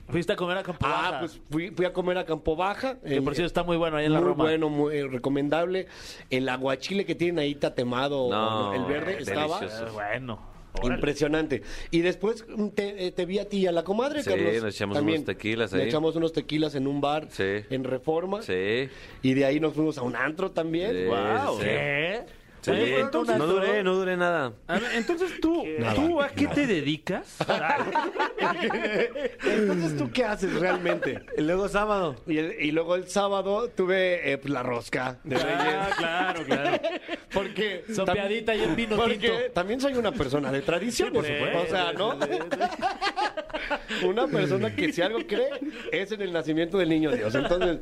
[SPEAKER 3] Fuiste a comer a Campo
[SPEAKER 7] Ah, pues fui, fui a comer a Campo Baja. eh,
[SPEAKER 3] Que por cierto está muy bueno ahí en la
[SPEAKER 7] muy
[SPEAKER 3] Roma.
[SPEAKER 7] bueno, muy eh, recomendable. El aguachile que tienen ahí tatemado,
[SPEAKER 2] No,
[SPEAKER 7] el verde, estaba
[SPEAKER 4] Ah,
[SPEAKER 2] delicioso.
[SPEAKER 3] Eh, bueno.
[SPEAKER 7] impresionante. Y después mm, te, eh, te vi a ti y a la comadre,
[SPEAKER 2] Sí,
[SPEAKER 7] Carlos.
[SPEAKER 2] nos echamos unos tequilas
[SPEAKER 7] Nos
[SPEAKER 2] ahí.
[SPEAKER 7] echamos unos tequilas en un bar
[SPEAKER 2] Sí.
[SPEAKER 7] en Reforma.
[SPEAKER 2] Sí.
[SPEAKER 7] Y de ahí nos fuimos a un antro también.
[SPEAKER 2] Sí,
[SPEAKER 7] Guau.
[SPEAKER 2] sí, sí.
[SPEAKER 3] ¿Qué?
[SPEAKER 2] Sí.
[SPEAKER 3] Oye, ¿fueron
[SPEAKER 2] Entonces,
[SPEAKER 3] un
[SPEAKER 2] no
[SPEAKER 3] antro?
[SPEAKER 2] duré, no duré nada.
[SPEAKER 4] ¿eh? A ver, entonces tú,
[SPEAKER 7] Nada.
[SPEAKER 4] ¿tú a qué Ah, te dedicas?
[SPEAKER 7] Entonces, ¿tú qué haces realmente?
[SPEAKER 2] Y luego sábado.
[SPEAKER 7] Y, el- y luego el sábado tuve eh, pues, la rosca de
[SPEAKER 4] Ah,
[SPEAKER 7] Reyes.
[SPEAKER 4] claro, claro.
[SPEAKER 7] Porque
[SPEAKER 3] Sopeadita y el vino
[SPEAKER 7] Porque
[SPEAKER 3] tinto.
[SPEAKER 7] también soy una persona de tradiciones.
[SPEAKER 4] Sí, por supuesto.
[SPEAKER 7] o sea, ¿no? una persona que si algo cree es en el nacimiento del niño Dios. Entonces,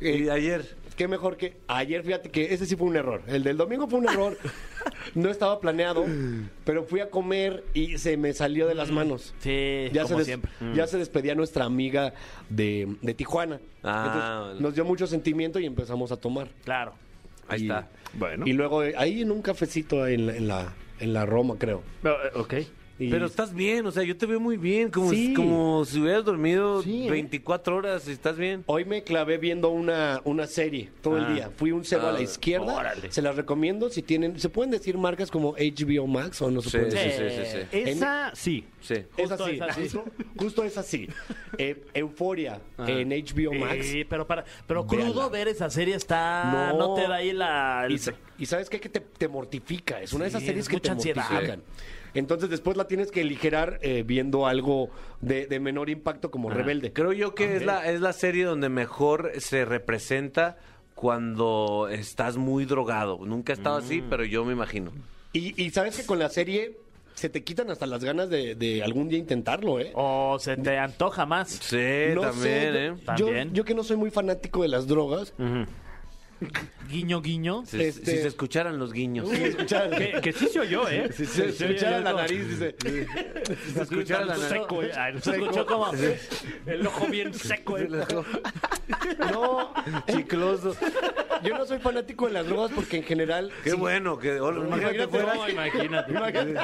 [SPEAKER 7] eh,
[SPEAKER 2] Y ayer.
[SPEAKER 7] qué mejor que ayer, fíjate que ese sí fue un error. El del domingo fue un error. No estaba planeado, pero fui a comer y se me salió de las manos.
[SPEAKER 3] Mm. Sí,
[SPEAKER 7] Ya, se,
[SPEAKER 3] como
[SPEAKER 7] des-
[SPEAKER 3] siempre. Mm.
[SPEAKER 7] ya se despedía nuestra amiga de, de Tijuana.
[SPEAKER 2] Ah,
[SPEAKER 7] Entonces,
[SPEAKER 2] vale.
[SPEAKER 7] nos dio mucho sentimiento y empezamos a tomar.
[SPEAKER 3] Claro.
[SPEAKER 2] Ahí
[SPEAKER 7] Y-
[SPEAKER 2] está.
[SPEAKER 4] Bueno.
[SPEAKER 7] Y luego eh, ahí en un cafecito en la, en la, en la Roma, creo.
[SPEAKER 3] eh,
[SPEAKER 4] Ah, ok.
[SPEAKER 7] Y-
[SPEAKER 2] Pero estás bien, o sea, yo te veo muy bien, como,
[SPEAKER 7] Sí.
[SPEAKER 2] si, como si hubieras dormido
[SPEAKER 7] Sí, ¿eh?
[SPEAKER 2] 24 horas y estás bien.
[SPEAKER 7] Hoy me clavé viendo una, una serie todo
[SPEAKER 2] Ah.
[SPEAKER 7] el día. Fui un cero a la
[SPEAKER 2] Ah,
[SPEAKER 7] izquierda.
[SPEAKER 4] órale.
[SPEAKER 7] Se las recomiendo si tienen. ¿Se pueden decir marcas como HBO Max o no se
[SPEAKER 2] Sí,
[SPEAKER 7] pueden
[SPEAKER 2] sí,
[SPEAKER 7] decir?
[SPEAKER 2] sí, sí, sí.
[SPEAKER 3] Eh,
[SPEAKER 4] Esa sí.
[SPEAKER 2] Sí.
[SPEAKER 7] Es
[SPEAKER 3] Justo
[SPEAKER 7] así,
[SPEAKER 3] es así.
[SPEAKER 7] Justo, justo es así. Eh, Euforia en HBO Max.
[SPEAKER 3] Ah. Sí, Eh, pero para, pero
[SPEAKER 7] Véanla.
[SPEAKER 3] crudo ver esa serie está, no,
[SPEAKER 7] No.
[SPEAKER 3] te da ahí la. el-
[SPEAKER 7] Y, sa- y sabes qué? que te, te mortifica. Es una de esas
[SPEAKER 3] Sí,
[SPEAKER 7] series
[SPEAKER 3] es
[SPEAKER 7] que te
[SPEAKER 3] mucha ansiedad.
[SPEAKER 7] mortifican. Entonces después la tienes que aligerar eh, viendo algo de, de menor impacto
[SPEAKER 3] Ah.
[SPEAKER 7] como Rebelde.
[SPEAKER 2] Creo yo que es, la, es la serie donde mejor se representa cuando estás muy drogado. Nunca he estado así, pero yo me imagino.
[SPEAKER 7] Y, y sabes que con la serie se te quitan hasta las ganas de, de algún día intentarlo, ¿eh?
[SPEAKER 3] O se te antoja más.
[SPEAKER 2] Sí,
[SPEAKER 7] No
[SPEAKER 2] también,
[SPEAKER 7] sé,
[SPEAKER 2] ¿eh?
[SPEAKER 7] yo-
[SPEAKER 3] También.
[SPEAKER 7] Yo, que no soy muy fanático de las drogas,
[SPEAKER 3] Guiño, guiño.
[SPEAKER 2] Si,
[SPEAKER 7] Este-
[SPEAKER 2] si se escucharan los guiños.
[SPEAKER 7] si escuchara,
[SPEAKER 4] Que, que sí se oyó, ¿eh?
[SPEAKER 7] si se
[SPEAKER 4] Sí,
[SPEAKER 7] escuchara
[SPEAKER 4] yo
[SPEAKER 7] la
[SPEAKER 4] no.
[SPEAKER 7] nariz, dice.
[SPEAKER 2] Si se escucharan la-
[SPEAKER 4] Seco, eh. Ay,
[SPEAKER 3] Se escuchó como.
[SPEAKER 4] El ojo bien seco. eh.
[SPEAKER 7] No,
[SPEAKER 2] Chicloso.
[SPEAKER 7] yo no soy fanático de las drogas porque en general.
[SPEAKER 2] Qué
[SPEAKER 7] sí,
[SPEAKER 2] bueno que hola, imagínate
[SPEAKER 7] Imagínate,
[SPEAKER 2] fuera.
[SPEAKER 4] No, imagínate.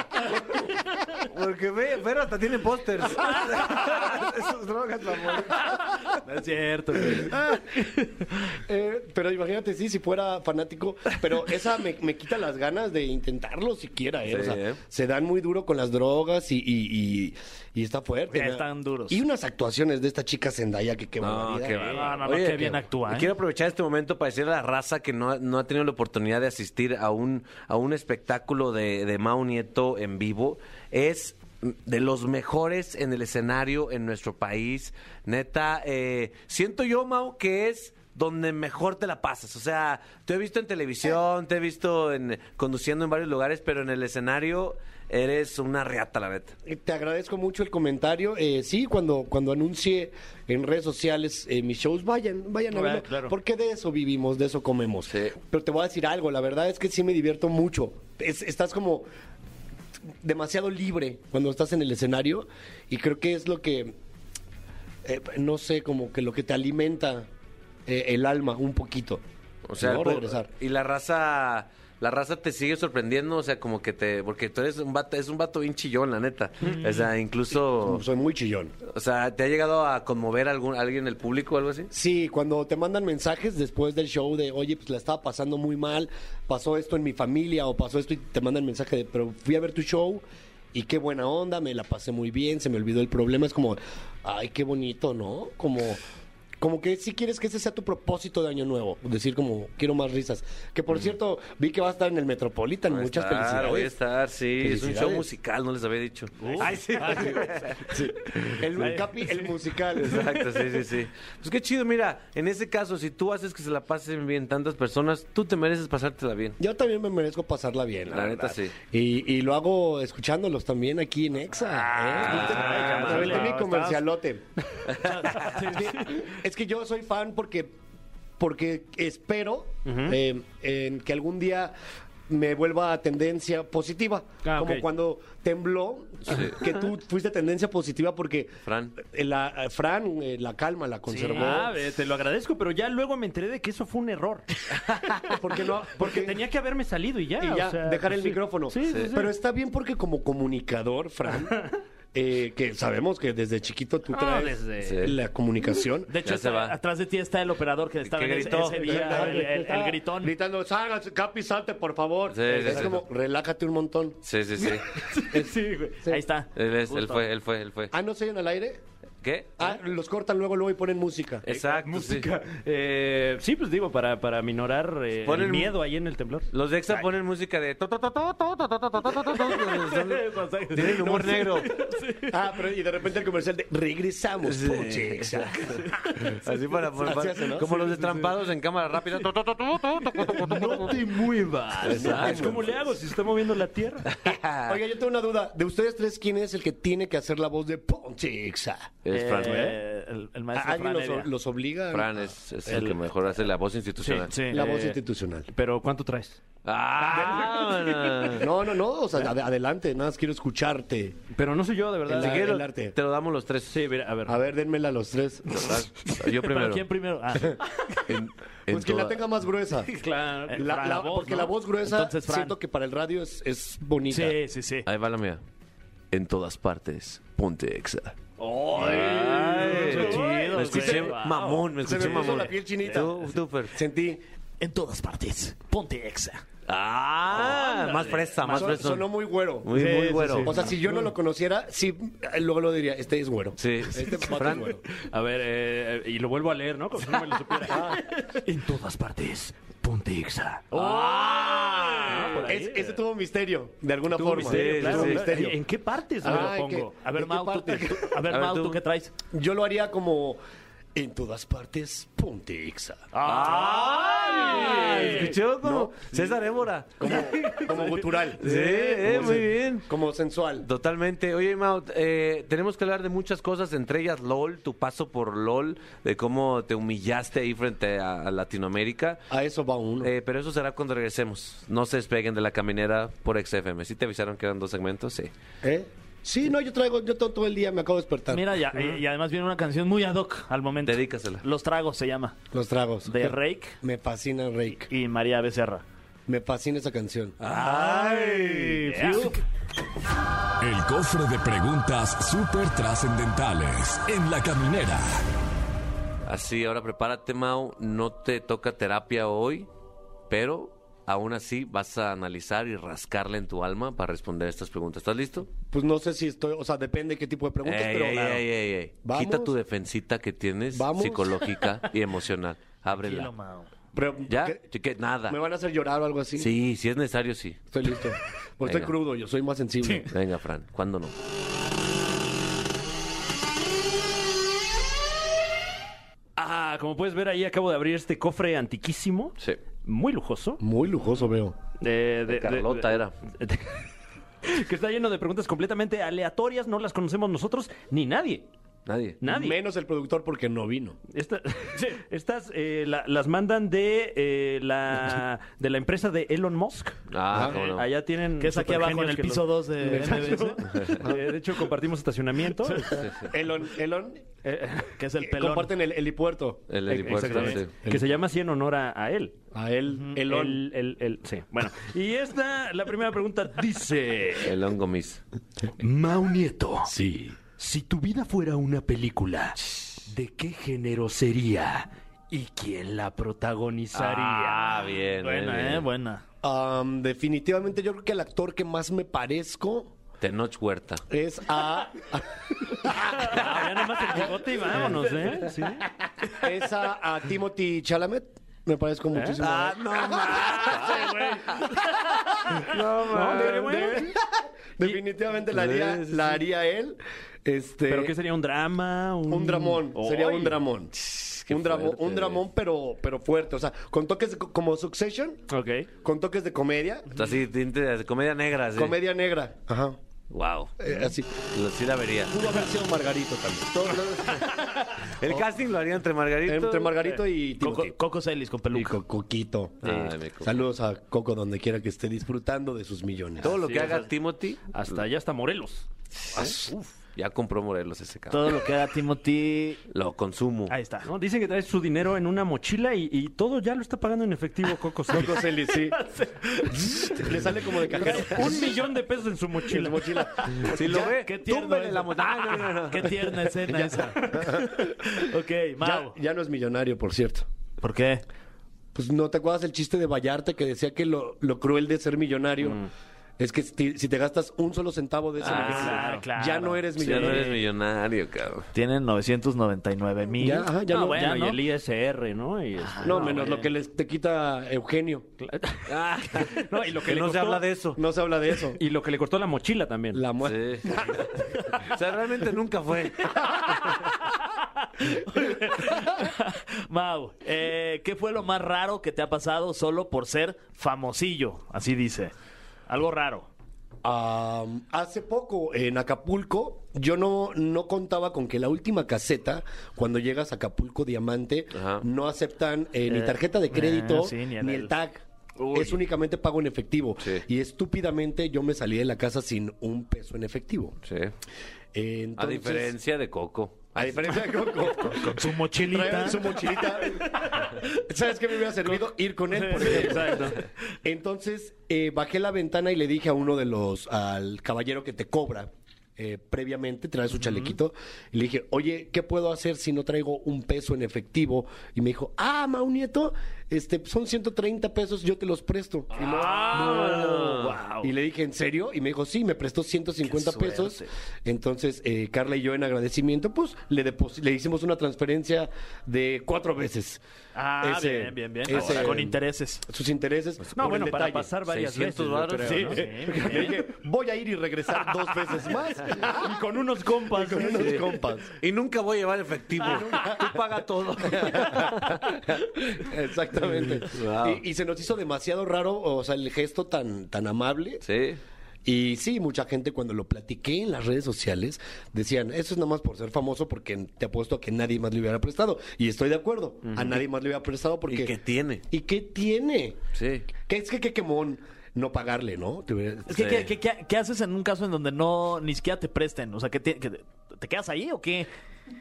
[SPEAKER 2] Porque ve, Fer hasta tiene pósters. Esas drogas, la
[SPEAKER 3] No es cierto. güey.
[SPEAKER 7] eh, pero imagínate, sí, si fuera fanático. Pero esa me, me quita las ganas de intentarlo siquiera, ¿eh? O
[SPEAKER 2] Sí,
[SPEAKER 7] sea,
[SPEAKER 2] ¿eh?
[SPEAKER 7] se dan muy duro con las drogas y, y, y- y está fuerte.
[SPEAKER 3] Ya
[SPEAKER 7] ¿no?
[SPEAKER 3] están duros.
[SPEAKER 7] Y unas actuaciones de esta chica Zendaya que qué
[SPEAKER 2] No,
[SPEAKER 7] barbaridad. eh.
[SPEAKER 2] qué eh.
[SPEAKER 3] No,
[SPEAKER 2] va.
[SPEAKER 3] no, no, qué bien actúa. ¿eh?
[SPEAKER 2] Quiero aprovechar este momento para decirle a la raza que no, ha- no ha tenido la oportunidad de asistir a un, a un espectáculo de, de Mao Nieto en vivo. Es de los mejores en el escenario en nuestro país. Neta, eh, siento yo, Mao, que es donde mejor te la pasas. O sea, te he visto en televisión, te he visto en, conduciendo en varios lugares, pero en el escenario eres una reata, la neta.
[SPEAKER 7] Eh, Te agradezco mucho el comentario. Eh, sí, cuando, cuando anuncie en redes sociales eh, mis shows, vayan, vayan a
[SPEAKER 4] Ah,
[SPEAKER 7] verlo.
[SPEAKER 4] claro.
[SPEAKER 7] Porque de eso vivimos, de eso comemos.
[SPEAKER 2] Sí.
[SPEAKER 7] Pero te voy a decir algo, la verdad es que sí me divierto mucho. Es- estás como demasiado libre cuando estás en el escenario y creo que es lo que, eh, no sé, como que lo que te alimenta eh, el alma un poquito.
[SPEAKER 2] O sea,
[SPEAKER 7] No,
[SPEAKER 2] el pu-
[SPEAKER 7] regresar.
[SPEAKER 2] y la raza la raza te sigue sorprendiendo, o sea, como que te porque tú eres un vato, es un vato bien chillón, la neta. O sea, incluso
[SPEAKER 7] Soy muy chillón.
[SPEAKER 2] o sea, ¿te ha llegado a conmover algún alguien del público o algo así?
[SPEAKER 7] Sí, cuando te mandan mensajes después del show de, oye, pues la estaba pasando muy mal, pasó esto en mi familia o pasó esto y te mandan mensaje de, pero fui a ver tu show y qué buena onda, me la pasé muy bien, se me olvidó el problema. Es como, ay, qué bonito, ¿no? Como, como que si quieres que ese sea tu propósito de año nuevo, decir como, quiero más risas. Que por cierto, vi que va a estar en el Metropolitan,
[SPEAKER 2] Voy a
[SPEAKER 7] muchas
[SPEAKER 2] estar,
[SPEAKER 7] felicidades.
[SPEAKER 2] Voy a estar, sí, es un show
[SPEAKER 7] Felicidades. Uh.
[SPEAKER 2] musical, no les había dicho. Ay, sí.
[SPEAKER 7] Sí. El, capi, el musical.
[SPEAKER 2] Exacto, sí, sí, sí. Pues qué chido, mira, en ese caso, si tú haces que se la pasen bien tantas personas, tú te mereces pasártela bien.
[SPEAKER 7] Yo también me merezco pasarla bien, la,
[SPEAKER 2] La neta,
[SPEAKER 7] verdad.
[SPEAKER 2] sí.
[SPEAKER 7] Y, y lo hago escuchándolos también aquí en Exa.
[SPEAKER 2] Ah,
[SPEAKER 4] caray,
[SPEAKER 7] ¿eh? Me aventé
[SPEAKER 4] caray,
[SPEAKER 7] mi
[SPEAKER 4] no,
[SPEAKER 7] comercialote. es que yo soy fan porque, porque espero eh, en que algún día me vuelva a tendencia positiva.
[SPEAKER 4] Ah,
[SPEAKER 7] Como
[SPEAKER 4] ok.
[SPEAKER 7] cuando tembló, que tú fuiste tendencia positiva porque
[SPEAKER 2] Fran.
[SPEAKER 7] eh, la, eh, Fran eh, la calma la conservó.
[SPEAKER 4] Ah, ve, te lo agradezco, pero ya luego me enteré de que eso fue un error.
[SPEAKER 7] porque no,
[SPEAKER 4] Porque tenía que haberme salido y ya.
[SPEAKER 7] y ya
[SPEAKER 4] Ah, o sea,
[SPEAKER 7] dejar
[SPEAKER 4] pues
[SPEAKER 7] el
[SPEAKER 4] sí.
[SPEAKER 7] micrófono.
[SPEAKER 4] Sí, sí, sí.
[SPEAKER 7] Pero está bien porque como comunicador, Fran, eh, que sabemos que desde chiquito tú
[SPEAKER 3] Ah,
[SPEAKER 7] traes
[SPEAKER 3] desde-
[SPEAKER 7] la comunicación.
[SPEAKER 3] De hecho,
[SPEAKER 2] Ya se
[SPEAKER 3] está-
[SPEAKER 2] va.
[SPEAKER 3] atrás de ti está el operador que estaba en ese-
[SPEAKER 2] gritó.
[SPEAKER 3] ese día, el, el- el gritón.
[SPEAKER 7] Ah, Gritando, "Sálganse, Capi, salte, por favor.
[SPEAKER 8] Sí, sí,
[SPEAKER 7] es
[SPEAKER 8] sí.
[SPEAKER 7] como, relájate un montón.
[SPEAKER 8] Sí, sí, sí.
[SPEAKER 3] Sí, güey. Ahí está.
[SPEAKER 8] Él, es- él
[SPEAKER 3] Justo.
[SPEAKER 8] fue, él fue, él fue.
[SPEAKER 7] Ah, ¿no se oyen al aire?
[SPEAKER 8] ¿Qué?
[SPEAKER 7] Ah,
[SPEAKER 4] ¿Eh?
[SPEAKER 7] los cortan luego, luego y ponen música.
[SPEAKER 2] Exacto,
[SPEAKER 4] Música. Eh, sí, pues digo, para, para minorar eh, el
[SPEAKER 2] Ponen-
[SPEAKER 4] miedo ahí en el temblor.
[SPEAKER 2] sí. Los de EXA ponen música de... to, to, to, to, to, to, to, to, to, to, to, to, to. Tienen humor negro.
[SPEAKER 7] Ah, pero y de repente el comercial de regresamos.
[SPEAKER 2] Sí.
[SPEAKER 7] Ponche, exacto.
[SPEAKER 2] Así para...
[SPEAKER 7] Así hace, ¿no?
[SPEAKER 2] Como los destrampados en cámara rápida. To, to, to, to, to, to, to, to, to, to.
[SPEAKER 4] No te muevas.
[SPEAKER 7] Exacto.
[SPEAKER 3] pues,
[SPEAKER 4] Es como le hago si se está moviendo la tierra.
[SPEAKER 7] Oiga, yo tengo una duda. De ustedes tres, ¿quién es el que tiene que hacer la voz de Ponche Exa?
[SPEAKER 8] Es
[SPEAKER 3] Eh,
[SPEAKER 8] Fran.
[SPEAKER 3] el, el
[SPEAKER 7] ¿A-
[SPEAKER 3] maestro
[SPEAKER 7] Ah, ¿Alguien
[SPEAKER 3] Fran Evia.
[SPEAKER 7] los, los obliga?
[SPEAKER 8] Fran es, es el,
[SPEAKER 3] el-
[SPEAKER 8] que mejor hace la voz institucional.
[SPEAKER 3] Sí, sí.
[SPEAKER 7] La voz
[SPEAKER 3] Eh,
[SPEAKER 7] institucional.
[SPEAKER 4] Pero ¿cuánto traes?
[SPEAKER 2] Ah, bueno.
[SPEAKER 7] No, no, no. O sea, ad- adelante. Nada más quiero escucharte.
[SPEAKER 4] Pero no soy yo, de verdad.
[SPEAKER 7] El-
[SPEAKER 2] Si quieres,
[SPEAKER 7] el arte.
[SPEAKER 2] Te lo damos los tres.
[SPEAKER 4] Sí, mira, a ver.
[SPEAKER 7] A ver, denmela a los tres. Pues
[SPEAKER 8] Ah, Yo
[SPEAKER 3] ¿Pero
[SPEAKER 8] primero.
[SPEAKER 3] quién primero? Ah,
[SPEAKER 8] En- en
[SPEAKER 7] Pues quien la
[SPEAKER 8] toda-
[SPEAKER 7] tenga más gruesa.
[SPEAKER 4] Claro.
[SPEAKER 3] Eh,
[SPEAKER 7] La-
[SPEAKER 3] Fran,
[SPEAKER 7] la-
[SPEAKER 3] la voz,
[SPEAKER 7] porque
[SPEAKER 3] ¿no?
[SPEAKER 7] la voz gruesa
[SPEAKER 3] Entonces, Fran.
[SPEAKER 7] siento que para el radio es, es bonita.
[SPEAKER 3] sí, sí, sí.
[SPEAKER 8] Ahí va la mía. En todas partes, ponte exa.
[SPEAKER 3] Ay, qué chido,
[SPEAKER 2] Me escuché
[SPEAKER 3] güey.
[SPEAKER 2] mamón, me
[SPEAKER 7] Se
[SPEAKER 2] escuché
[SPEAKER 7] me puso
[SPEAKER 2] mamón.
[SPEAKER 7] la piel chinita.
[SPEAKER 2] Tú, tú, Fer.
[SPEAKER 7] Sentí.
[SPEAKER 3] En todas partes. Ponte exa.
[SPEAKER 2] Ah, más fresa, más
[SPEAKER 7] son-
[SPEAKER 2] fresa.
[SPEAKER 7] sonó muy güero.
[SPEAKER 2] Muy, muy güero.
[SPEAKER 7] O sea, si yo no lo conociera, sí, eh, luego lo diría, este es güero.
[SPEAKER 2] Sí.
[SPEAKER 7] Este vato es
[SPEAKER 2] Fran,
[SPEAKER 7] güero.
[SPEAKER 4] A ver, eh, y lo vuelvo a leer, ¿no? Como si no me lo supiera.
[SPEAKER 3] En todas partes. Ponte exa.
[SPEAKER 4] Ah, por ahí.
[SPEAKER 7] Es- este tuvo misterio, de alguna
[SPEAKER 4] Tuvo
[SPEAKER 7] forma.
[SPEAKER 4] misterio,
[SPEAKER 2] Sí,
[SPEAKER 4] claro,
[SPEAKER 2] sí, sí.
[SPEAKER 4] claro. ¿En qué partes me
[SPEAKER 7] Ah,
[SPEAKER 4] lo pongo?
[SPEAKER 7] ¿en qué?
[SPEAKER 3] A ver,
[SPEAKER 7] ¿De qué
[SPEAKER 3] Mau, tú,
[SPEAKER 7] parte?
[SPEAKER 3] tú- a ver,
[SPEAKER 2] A ver,
[SPEAKER 3] Mau, ¿tú
[SPEAKER 2] tú.
[SPEAKER 3] qué traes?
[SPEAKER 7] Yo lo haría como en todas partes, ponte exa.
[SPEAKER 2] ¡Ay! ¿Escuchó como César Évora?
[SPEAKER 7] Como, como gutural.
[SPEAKER 2] Sí, eh,
[SPEAKER 7] Como
[SPEAKER 2] muy
[SPEAKER 7] sen-
[SPEAKER 2] bien.
[SPEAKER 7] Como sensual.
[SPEAKER 2] Totalmente. Oye, Mau, eh, tenemos que hablar de muchas cosas, entre ellas LOL, tu paso por LOL, de cómo te humillaste ahí frente a, a Latinoamérica.
[SPEAKER 7] A eso va uno.
[SPEAKER 2] Eh, pero eso será cuando regresemos. No se despeguen de la caminera por XFM. ¿Sí te avisaron que eran dos segmentos? Sí.
[SPEAKER 7] ¿Eh? Sí, no, yo traigo, yo todo, todo el día me acabo de despertar.
[SPEAKER 3] Mira, ya- eh, y, y además viene una canción muy ad hoc al momento.
[SPEAKER 2] Dedícasela.
[SPEAKER 3] Los tragos se llama.
[SPEAKER 7] Los tragos.
[SPEAKER 3] De Rake
[SPEAKER 7] Me fascina Rake.
[SPEAKER 3] y María Becerra.
[SPEAKER 7] Me fascina esa canción.
[SPEAKER 2] Ah. ¡Ay!
[SPEAKER 3] Yeah.
[SPEAKER 1] El cofre de preguntas súper trascendentales en la caminera.
[SPEAKER 2] Así, ahora prepárate, Mau. No te toca terapia hoy, pero aún así vas a analizar y rascarle en tu alma para responder estas preguntas. ¿Estás listo?
[SPEAKER 7] Pues no sé si estoy, o sea, depende de qué tipo de preguntas,
[SPEAKER 2] Ey,
[SPEAKER 7] pero
[SPEAKER 2] ey,
[SPEAKER 7] claro.
[SPEAKER 2] ey, ey, ey.
[SPEAKER 7] Vamos.
[SPEAKER 2] Quita tu defensita que tienes
[SPEAKER 7] Vamos.
[SPEAKER 2] psicológica y emocional. Ábrela.
[SPEAKER 3] Tranquilo, Mau.
[SPEAKER 7] Pero,
[SPEAKER 2] ¿Ya?
[SPEAKER 7] ¿qué?
[SPEAKER 2] ¿Qué? Nada.
[SPEAKER 7] ¿Me van a hacer llorar o algo así?
[SPEAKER 2] Sí, si es necesario, sí.
[SPEAKER 7] Estoy listo. Pues estoy
[SPEAKER 2] Venga.
[SPEAKER 7] crudo, yo soy más sensible.
[SPEAKER 2] Venga, Fran, ¿cuándo no?
[SPEAKER 4] Ah, como puedes ver ahí acabo de abrir este cofre antiquísimo.
[SPEAKER 8] Sí.
[SPEAKER 4] Muy lujoso.
[SPEAKER 7] Muy lujoso veo.
[SPEAKER 4] De, de-
[SPEAKER 2] Carlota
[SPEAKER 4] de-
[SPEAKER 2] era.
[SPEAKER 4] que está lleno de preguntas completamente aleatorias, no las conocemos nosotros ni nadie.
[SPEAKER 2] Nadie.
[SPEAKER 4] Nadie.
[SPEAKER 7] Menos el productor porque no vino.
[SPEAKER 4] Esta- estas eh, la- las mandan de eh, la de la empresa de Elon Musk. Eh,
[SPEAKER 2] Ah, cómo no.
[SPEAKER 4] Allá tienen
[SPEAKER 3] Que es aquí abajo en
[SPEAKER 4] supergenios
[SPEAKER 3] el
[SPEAKER 4] que los-
[SPEAKER 3] piso 2 de MBS,
[SPEAKER 4] Eh, de hecho, compartimos estacionamiento.
[SPEAKER 7] Elon, Elon,
[SPEAKER 4] Eh,
[SPEAKER 3] que es el
[SPEAKER 7] eh,
[SPEAKER 3] pelón.
[SPEAKER 7] comparten el helipuerto.
[SPEAKER 2] El helipuerto,
[SPEAKER 4] eh,
[SPEAKER 2] sí.
[SPEAKER 4] que se llama así en honor a, a él.
[SPEAKER 7] A él, Elon.
[SPEAKER 4] El, el- el- sí. Bueno, y esta, la primera pregunta dice:
[SPEAKER 2] El hongo mis.
[SPEAKER 4] Mau Nieto,
[SPEAKER 7] Sí.
[SPEAKER 4] si tu vida fuera una película, ¿de qué género sería? ¿Y quién la protagonizaría?
[SPEAKER 2] Ah, bien. bien,
[SPEAKER 3] Buena, eh,
[SPEAKER 2] bien.
[SPEAKER 3] buena.
[SPEAKER 7] Am, definitivamente yo creo que el actor que más me parezco
[SPEAKER 2] Tenoch Huerta.
[SPEAKER 7] es a,
[SPEAKER 4] Ah, ya nada más el bigote y vámonos, ¿eh? Sí.
[SPEAKER 7] es a, a Timothy Chalamet. Me parezco muchísimo. a él.
[SPEAKER 4] Ah, No, pero bueno.
[SPEAKER 7] De- definitivamente la haría, la haría él. Este,
[SPEAKER 4] ¿Pero qué sería? Mm. ¿Un drama? ¿Un,
[SPEAKER 7] Un dramón, sería
[SPEAKER 4] ¡Ay!
[SPEAKER 7] un dramón. Un dramón,
[SPEAKER 2] fuerte,
[SPEAKER 7] un dramón pero, pero fuerte. O sea, con toques de co- como Succession,
[SPEAKER 4] Ok.
[SPEAKER 7] con toques de comedia,
[SPEAKER 2] Así, tinte de comedia negra. Sí.
[SPEAKER 7] comedia negra. Ajá.
[SPEAKER 2] Wow.
[SPEAKER 7] Eh, así.
[SPEAKER 2] Lo- Sí la vería.
[SPEAKER 7] Pudo haber sido Margarito también. Todo-
[SPEAKER 2] El casting lo haría entre Margarito.
[SPEAKER 7] entre Margarito y
[SPEAKER 3] Coco,
[SPEAKER 7] Timothy.
[SPEAKER 3] Coco Celis con
[SPEAKER 7] Y
[SPEAKER 3] peluca.
[SPEAKER 7] Co- Coquito. Ah,
[SPEAKER 2] Ay, mi Coco.
[SPEAKER 7] Saludos a Coco donde quiera que esté disfrutando de sus millones.
[SPEAKER 2] Todo lo
[SPEAKER 4] Sí,
[SPEAKER 2] que
[SPEAKER 4] o
[SPEAKER 2] haga
[SPEAKER 4] sea,
[SPEAKER 2] Timothy. Ah,
[SPEAKER 4] Hasta allá, hasta Morelos.
[SPEAKER 2] Uf, ya compró Morelos ese cabrón.
[SPEAKER 3] Todo lo que da Timothy.
[SPEAKER 2] Lo consumo.
[SPEAKER 3] Ahí está.
[SPEAKER 4] No, dicen que trae su dinero en una mochila y, y todo ya lo está pagando en efectivo Coco Celis.
[SPEAKER 7] Coco Celis, sí. Le sale como de cajero.
[SPEAKER 4] Un millón de pesos en su
[SPEAKER 7] En
[SPEAKER 4] mochila.
[SPEAKER 7] la mochila.
[SPEAKER 2] Si lo ve,
[SPEAKER 3] qué tierno
[SPEAKER 2] túmbele
[SPEAKER 3] es.
[SPEAKER 2] la mo- Ah, no, no, no.
[SPEAKER 3] Qué tierna escena esa. ok,
[SPEAKER 7] Ya,
[SPEAKER 3] Mau.
[SPEAKER 7] ya no es millonario, por cierto.
[SPEAKER 3] ¿Por qué?
[SPEAKER 7] Pues no te acuerdas el chiste de Vallarta que decía que lo, lo cruel de ser millonario es que si, si te gastas un solo centavo de ese
[SPEAKER 3] Ah,
[SPEAKER 7] negocio,
[SPEAKER 3] claro, claro.
[SPEAKER 7] ya no eres
[SPEAKER 2] Si ya no
[SPEAKER 7] millonario.
[SPEAKER 2] eres millonario, cabrón.
[SPEAKER 3] Tienen 999 mil.
[SPEAKER 7] Ya, ajá, ya
[SPEAKER 3] no,
[SPEAKER 7] no- Ah,
[SPEAKER 3] bueno,
[SPEAKER 4] Bueno,
[SPEAKER 3] ¿no?
[SPEAKER 4] y el ISR, ¿no? Y este-
[SPEAKER 7] No, menos lo que les te quita Eugenio.
[SPEAKER 4] No, y lo que,
[SPEAKER 7] Que
[SPEAKER 4] le
[SPEAKER 7] no se
[SPEAKER 4] costó-
[SPEAKER 7] habla de eso. No se habla de eso.
[SPEAKER 4] Y lo que le costó la mochila también.
[SPEAKER 7] La muerte.
[SPEAKER 2] Sí. o sea, realmente nunca fue.
[SPEAKER 3] Mau, eh, ¿qué fue lo más raro que te ha pasado solo por ser famosillo? Así dice. Algo raro.
[SPEAKER 7] Am, hace poco en Acapulco, yo no, no contaba con que la última caseta, cuando llegas a Acapulco Diamante,
[SPEAKER 2] Ajá.
[SPEAKER 7] no aceptan eh, ni
[SPEAKER 3] Eh,
[SPEAKER 7] tarjeta de
[SPEAKER 3] eh,
[SPEAKER 7] crédito
[SPEAKER 3] sí, ni
[SPEAKER 7] ni,
[SPEAKER 3] en
[SPEAKER 7] el,
[SPEAKER 3] el-
[SPEAKER 7] tag.
[SPEAKER 3] Uy.
[SPEAKER 7] Es únicamente pago en efectivo.
[SPEAKER 2] Sí.
[SPEAKER 7] Y estúpidamente yo me salí de la casa sin un peso en efectivo.
[SPEAKER 2] Sí.
[SPEAKER 7] Eh,
[SPEAKER 2] A
[SPEAKER 7] entonces-
[SPEAKER 2] diferencia de Coco.
[SPEAKER 7] A diferencia de Coco.
[SPEAKER 3] Su
[SPEAKER 7] Traían su mochilita. ¿Sabes qué me hubiera servido? Ir con él, por ejemplo. Entonces, eh, bajé la ventana y le dije a uno de los, al caballero que te cobra eh, previamente, trae su chalequito, y le dije, oye, ¿qué puedo hacer si no traigo un peso en efectivo? Y me dijo, ah, Mau Nieto, este, son 130 pesos, yo te los presto. Y no-
[SPEAKER 3] wow.
[SPEAKER 7] y le dije, ¿en serio? Y me dijo, sí, me prestó 150 pesos. Entonces, eh, Carla y yo, en agradecimiento, pues le, depos- le hicimos una transferencia de cuatro veces.
[SPEAKER 3] Ah,
[SPEAKER 7] Ese-
[SPEAKER 3] bien, bien, bien.
[SPEAKER 7] ese-
[SPEAKER 3] Ahora, con Pues, intereses.
[SPEAKER 7] Sus intereses.
[SPEAKER 4] No,
[SPEAKER 7] por el
[SPEAKER 4] bueno, para
[SPEAKER 7] detalle.
[SPEAKER 4] pasar varias
[SPEAKER 2] 600
[SPEAKER 4] veces. yo
[SPEAKER 2] varos,
[SPEAKER 4] creo,
[SPEAKER 7] Sí.
[SPEAKER 4] ¿no?
[SPEAKER 7] Le dije, voy a ir y regresar dos veces más.
[SPEAKER 4] Y con unos compas.
[SPEAKER 7] Y con unos compas.
[SPEAKER 2] Y nunca voy a llevar efectivo.
[SPEAKER 4] Ah,
[SPEAKER 2] Tú paga todo.
[SPEAKER 7] Exactamente.
[SPEAKER 2] Wow.
[SPEAKER 7] Y, y se nos hizo demasiado raro, o sea, el gesto tan, tan amable.
[SPEAKER 2] Sí.
[SPEAKER 7] Y sí, mucha gente cuando lo platiqué en las redes sociales decían, eso es nada más por ser famoso porque te apuesto a que nadie más le hubiera prestado. Y estoy de acuerdo, a nadie más le hubiera prestado porque...
[SPEAKER 2] ¿Y qué tiene?
[SPEAKER 7] ¿Y qué tiene?
[SPEAKER 2] Sí.
[SPEAKER 7] Que es que qué quemón no pagarle, ¿no? Te hubiera-
[SPEAKER 3] Es
[SPEAKER 2] Sí.
[SPEAKER 3] que, ¿qué, qué- qué- qué haces en un caso en donde no ni siquiera te presten? O sea, que te, que te- ¿te quedas ahí o qué?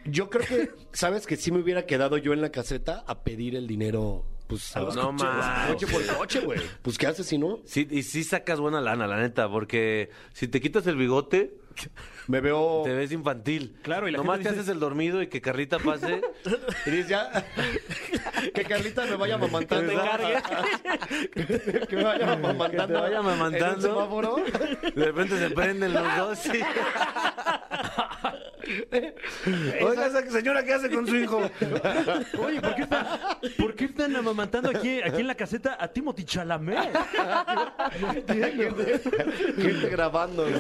[SPEAKER 7] Yo creo que, ¿sabes? Que sí me hubiera quedado yo en la caseta a pedir el dinero, pues... a los
[SPEAKER 2] No
[SPEAKER 7] coches,
[SPEAKER 2] más.
[SPEAKER 7] Coche por coche, güey. Pues, ¿qué haces si no?
[SPEAKER 2] Sí, y sí sacas buena lana, la neta, porque si te quitas el bigote,
[SPEAKER 7] Me veo...
[SPEAKER 2] te ves infantil.
[SPEAKER 4] Claro, y la
[SPEAKER 2] Nomás
[SPEAKER 4] gente
[SPEAKER 2] te
[SPEAKER 4] dice-
[SPEAKER 2] haces el dormido y que Carlita pase.
[SPEAKER 7] Y dices, ya... que Carlita me vaya mamantando.
[SPEAKER 2] Que te
[SPEAKER 7] que me vaya mamantando.
[SPEAKER 2] Que te vaya mamantando.
[SPEAKER 7] En un semáforo.
[SPEAKER 2] De repente se prenden los dos. y- Oiga, esa señora, ¿qué hace con su hijo?
[SPEAKER 4] Oye, ¿por qué, están, ¿por qué están amamantando aquí, aquí en la caseta a Timothy Chalamet?
[SPEAKER 7] gente, gente grabando, ¿no?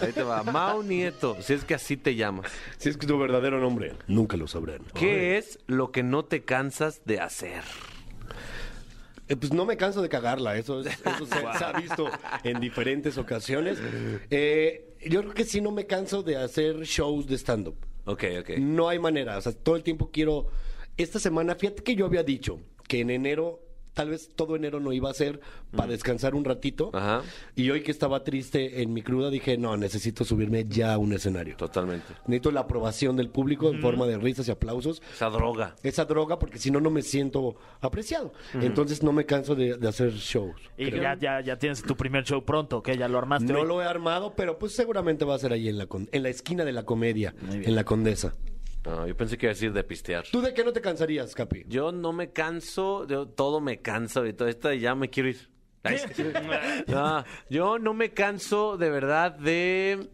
[SPEAKER 2] Ahí te va. Mao Nieto, si es que así te llamas.
[SPEAKER 7] Si es que tu verdadero nombre, nunca lo sabrán.
[SPEAKER 2] ¿Qué es lo que no te cansas de hacer?
[SPEAKER 7] Eh, pues no me canso de cagarla, eso, es- eso se, se ha visto en diferentes ocasiones. Eh, yo creo que sí no me canso de hacer shows de stand-up.
[SPEAKER 2] Ok, ok.
[SPEAKER 7] No hay manera, o sea, todo el tiempo quiero... Esta semana, fíjate que yo había dicho que en enero, tal vez todo enero no iba a ser para descansar un ratito.
[SPEAKER 2] Ajá.
[SPEAKER 7] Y hoy que estaba triste en mi cruda, dije, no, necesito subirme ya a un escenario.
[SPEAKER 2] Totalmente.
[SPEAKER 7] Necesito la aprobación del público en forma de risas y aplausos.
[SPEAKER 2] Esa droga.
[SPEAKER 7] Esa droga, porque si no, no me siento apreciado. Entonces no me canso de, de hacer shows.
[SPEAKER 3] Y ya, ya, ya tienes tu primer show pronto, que ya lo armaste.
[SPEAKER 7] No
[SPEAKER 3] hoy.
[SPEAKER 7] lo he armado, pero pues seguramente va a ser ahí en la, con- en la esquina de la comedia, en la Condesa.
[SPEAKER 2] No, yo pensé que iba a decir de pistear.
[SPEAKER 7] ¿Tú de qué no te cansarías, Capi?
[SPEAKER 2] Yo no me canso, yo- todo me cansa ahorita. Esta ya me quiero ir. Ay, sí. No, yo no me canso de verdad de.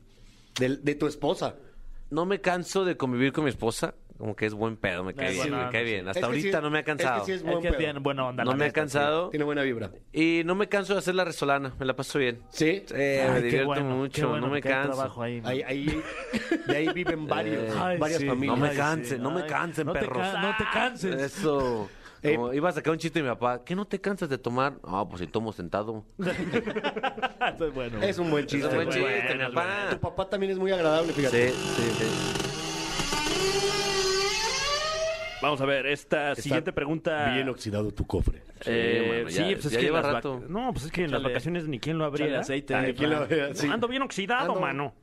[SPEAKER 7] De, de tu esposa.
[SPEAKER 2] No me canso de convivir con mi esposa. Como que es buen pedo, me cae
[SPEAKER 3] Es
[SPEAKER 2] bien.
[SPEAKER 3] buena
[SPEAKER 2] me cae
[SPEAKER 3] onda,
[SPEAKER 2] bien. Hasta
[SPEAKER 7] Es que sí
[SPEAKER 2] ahorita
[SPEAKER 7] es-
[SPEAKER 2] no me ha
[SPEAKER 7] es que
[SPEAKER 2] cansado.
[SPEAKER 7] sí es
[SPEAKER 3] Es
[SPEAKER 7] buen
[SPEAKER 3] que
[SPEAKER 7] pedo.
[SPEAKER 3] tiene buena onda. la
[SPEAKER 2] no me ha
[SPEAKER 3] neta,
[SPEAKER 2] cansado.
[SPEAKER 7] Tiene buena vibra.
[SPEAKER 2] Y no me canso de hacer la resolana. Me la paso bien.
[SPEAKER 7] ¿Sí?
[SPEAKER 2] Eh,
[SPEAKER 3] sí. Ay,
[SPEAKER 2] me
[SPEAKER 3] qué
[SPEAKER 2] divierto
[SPEAKER 3] bueno, qué
[SPEAKER 2] mucho,
[SPEAKER 3] bueno
[SPEAKER 2] no me
[SPEAKER 3] que hay
[SPEAKER 2] canso.
[SPEAKER 3] trabajo ahí.
[SPEAKER 7] Ahí, ahí- de ahí viven varios,
[SPEAKER 2] Eh,
[SPEAKER 3] Ay,
[SPEAKER 7] varias
[SPEAKER 3] sí.
[SPEAKER 7] familias.
[SPEAKER 2] No me
[SPEAKER 3] Ay,
[SPEAKER 2] cansen,
[SPEAKER 3] sí.
[SPEAKER 2] no me
[SPEAKER 3] Ay,
[SPEAKER 2] cansen,
[SPEAKER 3] no te
[SPEAKER 2] perros.
[SPEAKER 3] ca- no te canses.
[SPEAKER 2] Eso.
[SPEAKER 7] Eh,
[SPEAKER 2] Como iba a sacar un chiste de mi papá. ¿Qué no te cansas de tomar? Ah, pues si tomo sentado.
[SPEAKER 3] Eso es bueno.
[SPEAKER 7] Es un buen
[SPEAKER 2] Es
[SPEAKER 7] chiste.
[SPEAKER 2] un buen
[SPEAKER 7] güey.
[SPEAKER 2] chiste, mi papá.
[SPEAKER 7] Tu papá también es muy agradable, fíjate.
[SPEAKER 2] Sí, sí, sí.
[SPEAKER 4] Vamos a ver, esta siguiente pregunta.
[SPEAKER 7] Bien oxidado tu cofre.
[SPEAKER 4] Eh,
[SPEAKER 8] Sí, mano,
[SPEAKER 4] sí,
[SPEAKER 8] ya-
[SPEAKER 4] pues es
[SPEAKER 8] ya
[SPEAKER 4] que
[SPEAKER 8] lleva
[SPEAKER 4] en las vac-
[SPEAKER 8] rato.
[SPEAKER 4] No, pues es que en las
[SPEAKER 3] Échale-
[SPEAKER 4] vacaciones ni quién lo
[SPEAKER 3] Échale
[SPEAKER 4] abría.
[SPEAKER 3] aceite.
[SPEAKER 7] Ay, ¿quién lo ve así?
[SPEAKER 4] Ando bien oxidado,
[SPEAKER 7] Ando-
[SPEAKER 4] mano.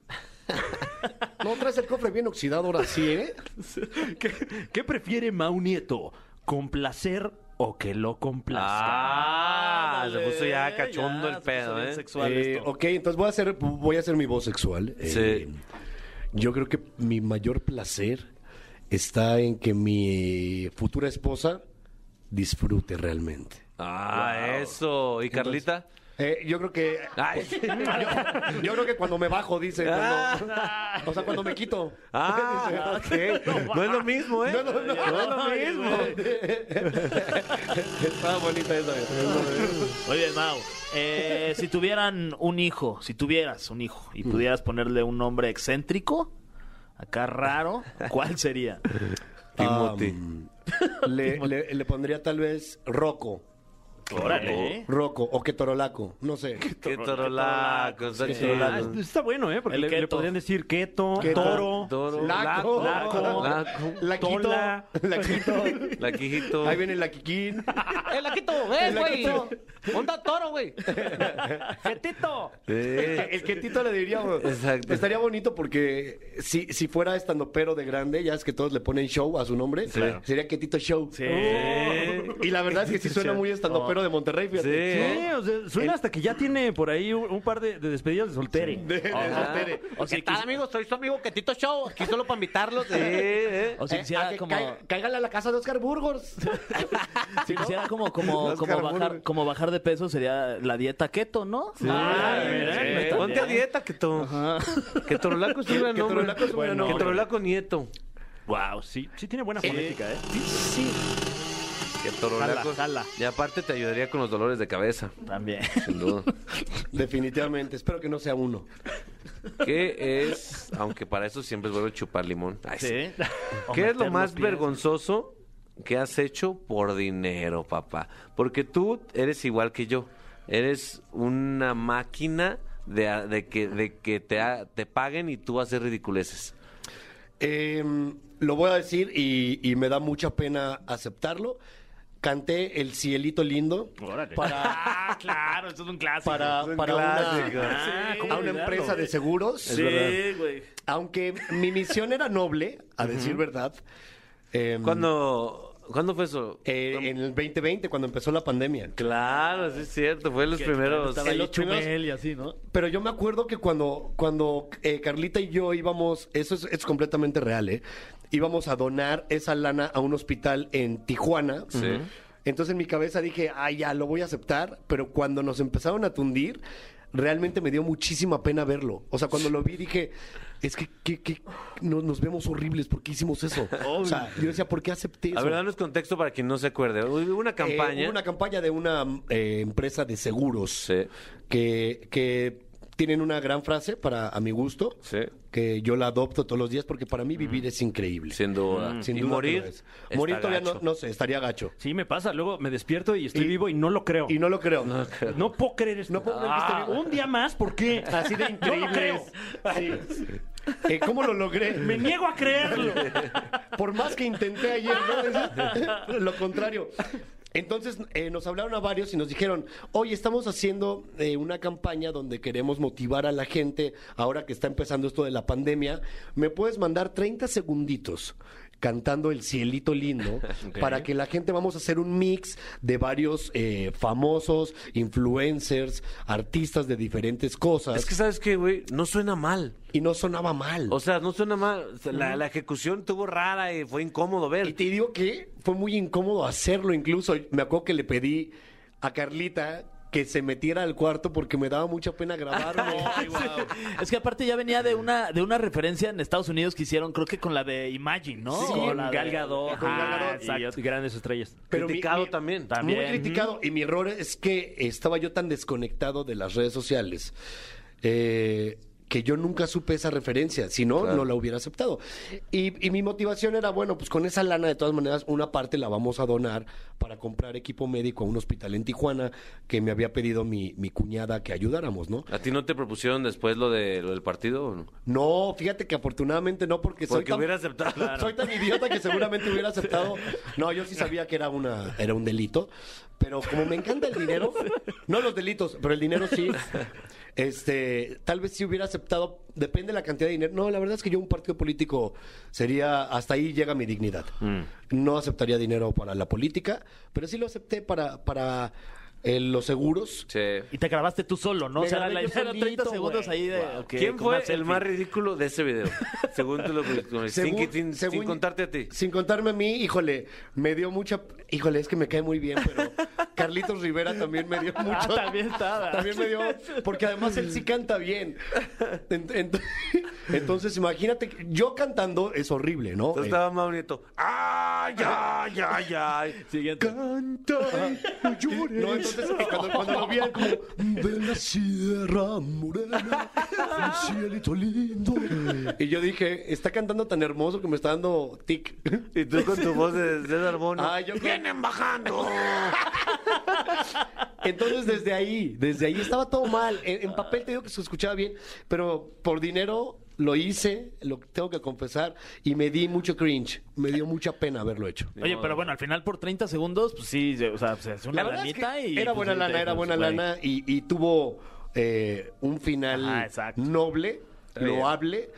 [SPEAKER 7] No, traes el cofre bien oxidado ahora sí, ¿eh?
[SPEAKER 4] ¿Qué, qué prefiere Mau Nieto? ¿Complacer o que lo complazca?
[SPEAKER 2] Ah, se puso ya
[SPEAKER 3] Ándale,
[SPEAKER 2] cachondo
[SPEAKER 3] ya,
[SPEAKER 2] el
[SPEAKER 3] se puso
[SPEAKER 2] pedo,
[SPEAKER 3] bien
[SPEAKER 2] ¿eh?
[SPEAKER 3] sexual
[SPEAKER 7] Eh,
[SPEAKER 3] esto.
[SPEAKER 7] ok, entonces voy a hacer, voy a hacer mi voz sexual. Eh, yo creo que mi mayor placer está en que mi futura esposa disfrute realmente.
[SPEAKER 2] Ah, eso. ¿Y Carlita?
[SPEAKER 7] Eh, yo creo que.
[SPEAKER 2] Ay.
[SPEAKER 7] yo, yo creo que cuando me bajo, dice. cuando- o sea, cuando me quito.
[SPEAKER 2] Ah, ok. No es lo mismo, ¿eh?
[SPEAKER 7] No, no, no.
[SPEAKER 2] No es lo mismo.
[SPEAKER 7] Está bonita esa.
[SPEAKER 3] Muy bien, Mau. Eh, si tuvieran un hijo, si tuvieras un hijo
[SPEAKER 7] Mm.
[SPEAKER 3] y pudieras ponerle un nombre excéntrico, acá raro, ¿cuál sería?
[SPEAKER 2] Timothy.
[SPEAKER 7] Um, le, le- le pondría tal vez Rocco.
[SPEAKER 3] Órale.
[SPEAKER 7] Rocco o Ketorolaco. No sé.
[SPEAKER 2] Qué torolaco. Está
[SPEAKER 7] Qué
[SPEAKER 2] chido.
[SPEAKER 4] Ah, está bueno, ¿eh? Porque
[SPEAKER 3] El
[SPEAKER 4] le, le
[SPEAKER 3] keto.
[SPEAKER 4] podrían decir keto,
[SPEAKER 7] Keto.
[SPEAKER 4] toro.
[SPEAKER 2] Toro.
[SPEAKER 7] Laco.
[SPEAKER 2] Laco. Laco.
[SPEAKER 7] Laquito.
[SPEAKER 4] Tola.
[SPEAKER 7] Laquito.
[SPEAKER 2] Laquijito.
[SPEAKER 7] Ahí viene la Kikín.
[SPEAKER 3] ¡El laquito,
[SPEAKER 7] eh, El laquito.
[SPEAKER 3] ¡Onda toro, güey!
[SPEAKER 4] ¡Getito!
[SPEAKER 2] Eh,
[SPEAKER 7] El Quetito le diríamos.
[SPEAKER 2] Exacto.
[SPEAKER 7] Estaría bonito porque si, si fuera estando pero de grande, ya es que todos le ponen show a su nombre, sería Quetito Show. Oh. Y la verdad es que sí suena muy estando pero de Monterrey, fíjate.
[SPEAKER 2] Sí.
[SPEAKER 4] Sí, o sea, suena hasta que ya tiene por ahí un, un par de, de despedidas de soltero.
[SPEAKER 7] De- de esos tere.
[SPEAKER 3] O si, quis-
[SPEAKER 9] amigos? Soy su amigo Quetito Show. Aquí solo para invitarlos.
[SPEAKER 2] eh, eh.
[SPEAKER 3] o si
[SPEAKER 7] Eh, a
[SPEAKER 3] quisiera
[SPEAKER 7] que
[SPEAKER 3] como...
[SPEAKER 7] caiga- cáigale a la casa de Oscar Burgos.
[SPEAKER 3] Si quisiera como, como,
[SPEAKER 7] Los
[SPEAKER 3] como, bajar,
[SPEAKER 7] carburos.
[SPEAKER 3] como bajar de peso sería la dieta keto, ¿no?
[SPEAKER 4] Ah, mira,
[SPEAKER 2] Eh,
[SPEAKER 4] está
[SPEAKER 2] Ponte a
[SPEAKER 4] bien.
[SPEAKER 2] dieta, que to... Que torolaco es un gran
[SPEAKER 7] Que
[SPEAKER 2] nombre.
[SPEAKER 7] torolaco es un gran
[SPEAKER 2] Que
[SPEAKER 7] nombre.
[SPEAKER 2] torolaco nieto.
[SPEAKER 4] Wow, sí, sí tiene buena fonética, ¿eh?
[SPEAKER 2] Que torolaco.
[SPEAKER 3] Jala, jala.
[SPEAKER 2] Y aparte te ayudaría con los dolores de cabeza,
[SPEAKER 3] También.
[SPEAKER 2] sin duda.
[SPEAKER 7] Definitivamente, espero que no sea uno.
[SPEAKER 2] ¿Qué es, aunque para eso siempre es bueno chupar limón? Ay, sí.
[SPEAKER 3] Sí. O
[SPEAKER 2] ¿Qué es
[SPEAKER 3] meter
[SPEAKER 2] lo
[SPEAKER 3] los
[SPEAKER 2] más
[SPEAKER 3] pies.
[SPEAKER 2] vergonzoso que has hecho por dinero, papá? Porque tú eres igual que yo. Eres una máquina de, a- de que, de que te, ha- te paguen y tú haces ridiculeces.
[SPEAKER 7] Eh, lo voy a decir y, y me da mucha pena aceptarlo. Canté El Cielito Lindo
[SPEAKER 4] Órale.
[SPEAKER 3] Ah, claro, eso es un clásico.
[SPEAKER 7] para,
[SPEAKER 2] un
[SPEAKER 7] para una,
[SPEAKER 2] clásico.
[SPEAKER 4] Ah, ¿cómo
[SPEAKER 7] a una
[SPEAKER 4] olvidarlo?
[SPEAKER 7] empresa de seguros.
[SPEAKER 3] Sí, güey.
[SPEAKER 7] Aunque mi misión era noble, a decir verdad. eh,
[SPEAKER 2] ¿Cuándo, ¿cuándo fue eso?
[SPEAKER 7] eh, en el 2020, cuando empezó la pandemia.
[SPEAKER 2] Claro, sí es cierto. Fue los primeros. Eh,
[SPEAKER 3] Estaba ahí
[SPEAKER 7] los primeros-
[SPEAKER 3] Chumel y así, ¿no?
[SPEAKER 7] Pero yo me acuerdo que cuando, cuando eh, Carlita y yo íbamos, eso es, es completamente real, ¿eh? Íbamos a donar esa lana a un hospital en Tijuana.
[SPEAKER 2] Sí.
[SPEAKER 7] Entonces en mi cabeza dije, ah, ya, lo voy a aceptar. Pero cuando nos empezaron a tundir, realmente me dio muchísima pena verlo. O sea, cuando lo vi dije, es que, que- que no- nos vemos horribles, ¿por qué hicimos eso? O sea, yo decía, ¿por qué acepté eso?
[SPEAKER 2] A ver, danos contexto para quien no se acuerde. Hubo una
[SPEAKER 7] Eh,
[SPEAKER 2] campaña.
[SPEAKER 7] hubo una campaña de una eh, empresa de seguros
[SPEAKER 2] Sí.
[SPEAKER 7] que, que tienen una gran frase para a mi gusto,
[SPEAKER 2] Sí. Mm.
[SPEAKER 7] que yo la adopto todos los días porque para mí vivir es increíble.
[SPEAKER 2] Sin duda. Mm.
[SPEAKER 7] Sin
[SPEAKER 2] y
[SPEAKER 7] duda
[SPEAKER 2] morir.
[SPEAKER 7] que lo es.
[SPEAKER 2] está
[SPEAKER 7] Morir todavía no,
[SPEAKER 2] gacho.
[SPEAKER 7] no sé, estaría gacho.
[SPEAKER 4] Sí, me pasa. Luego me despierto y estoy
[SPEAKER 7] Y-
[SPEAKER 4] vivo y no lo creo.
[SPEAKER 7] Y no lo creo.
[SPEAKER 4] No puedo creer esto.
[SPEAKER 7] No puedo creer que esté
[SPEAKER 4] Ah.
[SPEAKER 7] vivo.
[SPEAKER 4] Un día más, ¿por qué?
[SPEAKER 7] Así de
[SPEAKER 4] No lo
[SPEAKER 7] increíble.
[SPEAKER 4] creo.
[SPEAKER 7] es. Sí. Eh, ¿Cómo lo
[SPEAKER 4] Me
[SPEAKER 7] logré?
[SPEAKER 4] niego a creerlo.
[SPEAKER 7] Por más que intenté ayer, ¿no? lo contrario. Entonces eh, nos hablaron a varios y nos dijeron, hoy estamos haciendo eh, una campaña donde queremos motivar a la gente ahora que está empezando esto de la pandemia. ¿Me puedes mandar 30 segunditos cantando El Cielito Lindo para que la gente vamos a hacer un mix de varios eh, famosos, influencers, artistas de diferentes cosas?
[SPEAKER 2] Es que, ¿sabes qué, güey? No suena mal.
[SPEAKER 7] Y no sonaba mal.
[SPEAKER 2] O sea, no suena mal. O sea, La, la ejecución tuvo rara y fue incómodo ver.
[SPEAKER 7] Y te digo que fue muy incómodo hacerlo incluso. Me acuerdo que le pedí a Carlita que se metiera al cuarto porque me daba mucha pena grabarlo.
[SPEAKER 3] Es que aparte ya venía de una de una referencia en Estados Unidos que hicieron, creo que con la de Imagine, ¿no?
[SPEAKER 7] Sí,
[SPEAKER 3] O
[SPEAKER 7] con
[SPEAKER 3] la de-
[SPEAKER 4] Gal Gadot.
[SPEAKER 7] Con Gal Gadot,
[SPEAKER 4] Ah, y
[SPEAKER 7] exacto.
[SPEAKER 4] ot- grandes estrellas.
[SPEAKER 7] Pero mi-
[SPEAKER 2] criticado
[SPEAKER 7] mi-
[SPEAKER 2] también.
[SPEAKER 4] También.
[SPEAKER 7] Muy criticado. Y mi error es que estaba yo tan desconectado de las redes sociales eh, que yo nunca supe esa referencia, si no, no la hubiera aceptado. Y, y mi motivación era, bueno, pues con esa lana de todas maneras, una parte la vamos a donar para comprar equipo médico a un hospital en Tijuana que me había pedido mi, mi cuñada que ayudáramos, ¿no?
[SPEAKER 2] ¿A ti no te propusieron después lo, de, lo del partido? o no?
[SPEAKER 7] No, fíjate que afortunadamente no, porque soy
[SPEAKER 2] Porque
[SPEAKER 7] tan,
[SPEAKER 2] hubiera aceptado.
[SPEAKER 7] soy tan idiota que seguramente hubiera aceptado. No, yo sí sabía que era una, era un delito, pero como me encanta el dinero, no los delitos, pero el dinero sí. Este, tal vez sí hubiera aceptado, depende de la cantidad de dinero. No, la verdad es que yo un partido político sería hasta ahí llega mi dignidad. No aceptaría dinero para la política, pero sí lo acepté para para eh, los seguros.
[SPEAKER 2] Sí.
[SPEAKER 3] Y te grabaste tú solo, ¿no?
[SPEAKER 7] Me
[SPEAKER 3] o sea,
[SPEAKER 7] grabé
[SPEAKER 3] la
[SPEAKER 7] yo
[SPEAKER 3] idea era
[SPEAKER 7] solito,
[SPEAKER 3] 30 segundos
[SPEAKER 7] güey.
[SPEAKER 3] ahí de.
[SPEAKER 7] Wow.
[SPEAKER 3] ok,
[SPEAKER 2] ¿Quién
[SPEAKER 3] con
[SPEAKER 2] fue
[SPEAKER 3] una
[SPEAKER 2] el
[SPEAKER 3] selfie.
[SPEAKER 2] más ridículo de ese video? Según tú lo con- Pues sin,
[SPEAKER 7] Según-
[SPEAKER 2] que- sin- sin
[SPEAKER 7] según-
[SPEAKER 2] contarte a ti.
[SPEAKER 7] Sin contarme a mí, híjole, me dio mucha. Híjole, es que me cae muy bien, pero Carlitos Rivera también me dio mucho.
[SPEAKER 3] Ah, también estaba.
[SPEAKER 7] También me dio. Porque además él sí canta bien. Ent- ent- Entonces, imagínate, que yo cantando es horrible, ¿no?
[SPEAKER 2] Entonces estaba más bonito. ¡Ay, ay, ay, ay!
[SPEAKER 3] Siguiente.
[SPEAKER 7] Canta y no llores. No, entonces cuando, cuando lo vi era como de la sierra morena, un cielito lindo. Y yo dije, está cantando tan hermoso que me está dando tic.
[SPEAKER 2] Y tú con tu voz de César Bono.
[SPEAKER 7] Ah, yo-
[SPEAKER 2] ¡Vienen bajando!
[SPEAKER 7] Entonces desde ahí, desde ahí estaba todo mal. En, en papel te digo que se escuchaba bien, pero por dinero lo hice, lo tengo que confesar, y me di mucho cringe. Me dio mucha pena haberlo hecho.
[SPEAKER 3] Oye, pero bueno, al final por 30 segundos, pues sí, o sea, pues, es una
[SPEAKER 7] La verdad es que
[SPEAKER 3] lanita y.
[SPEAKER 7] era
[SPEAKER 3] pues,
[SPEAKER 7] buena
[SPEAKER 3] sí,
[SPEAKER 7] lana,
[SPEAKER 3] te-
[SPEAKER 7] era
[SPEAKER 3] pues,
[SPEAKER 7] buena
[SPEAKER 3] güey.
[SPEAKER 7] lana y, y tuvo eh, un final
[SPEAKER 3] Ajá, exacto.
[SPEAKER 7] noble,
[SPEAKER 2] bien.
[SPEAKER 7] loable,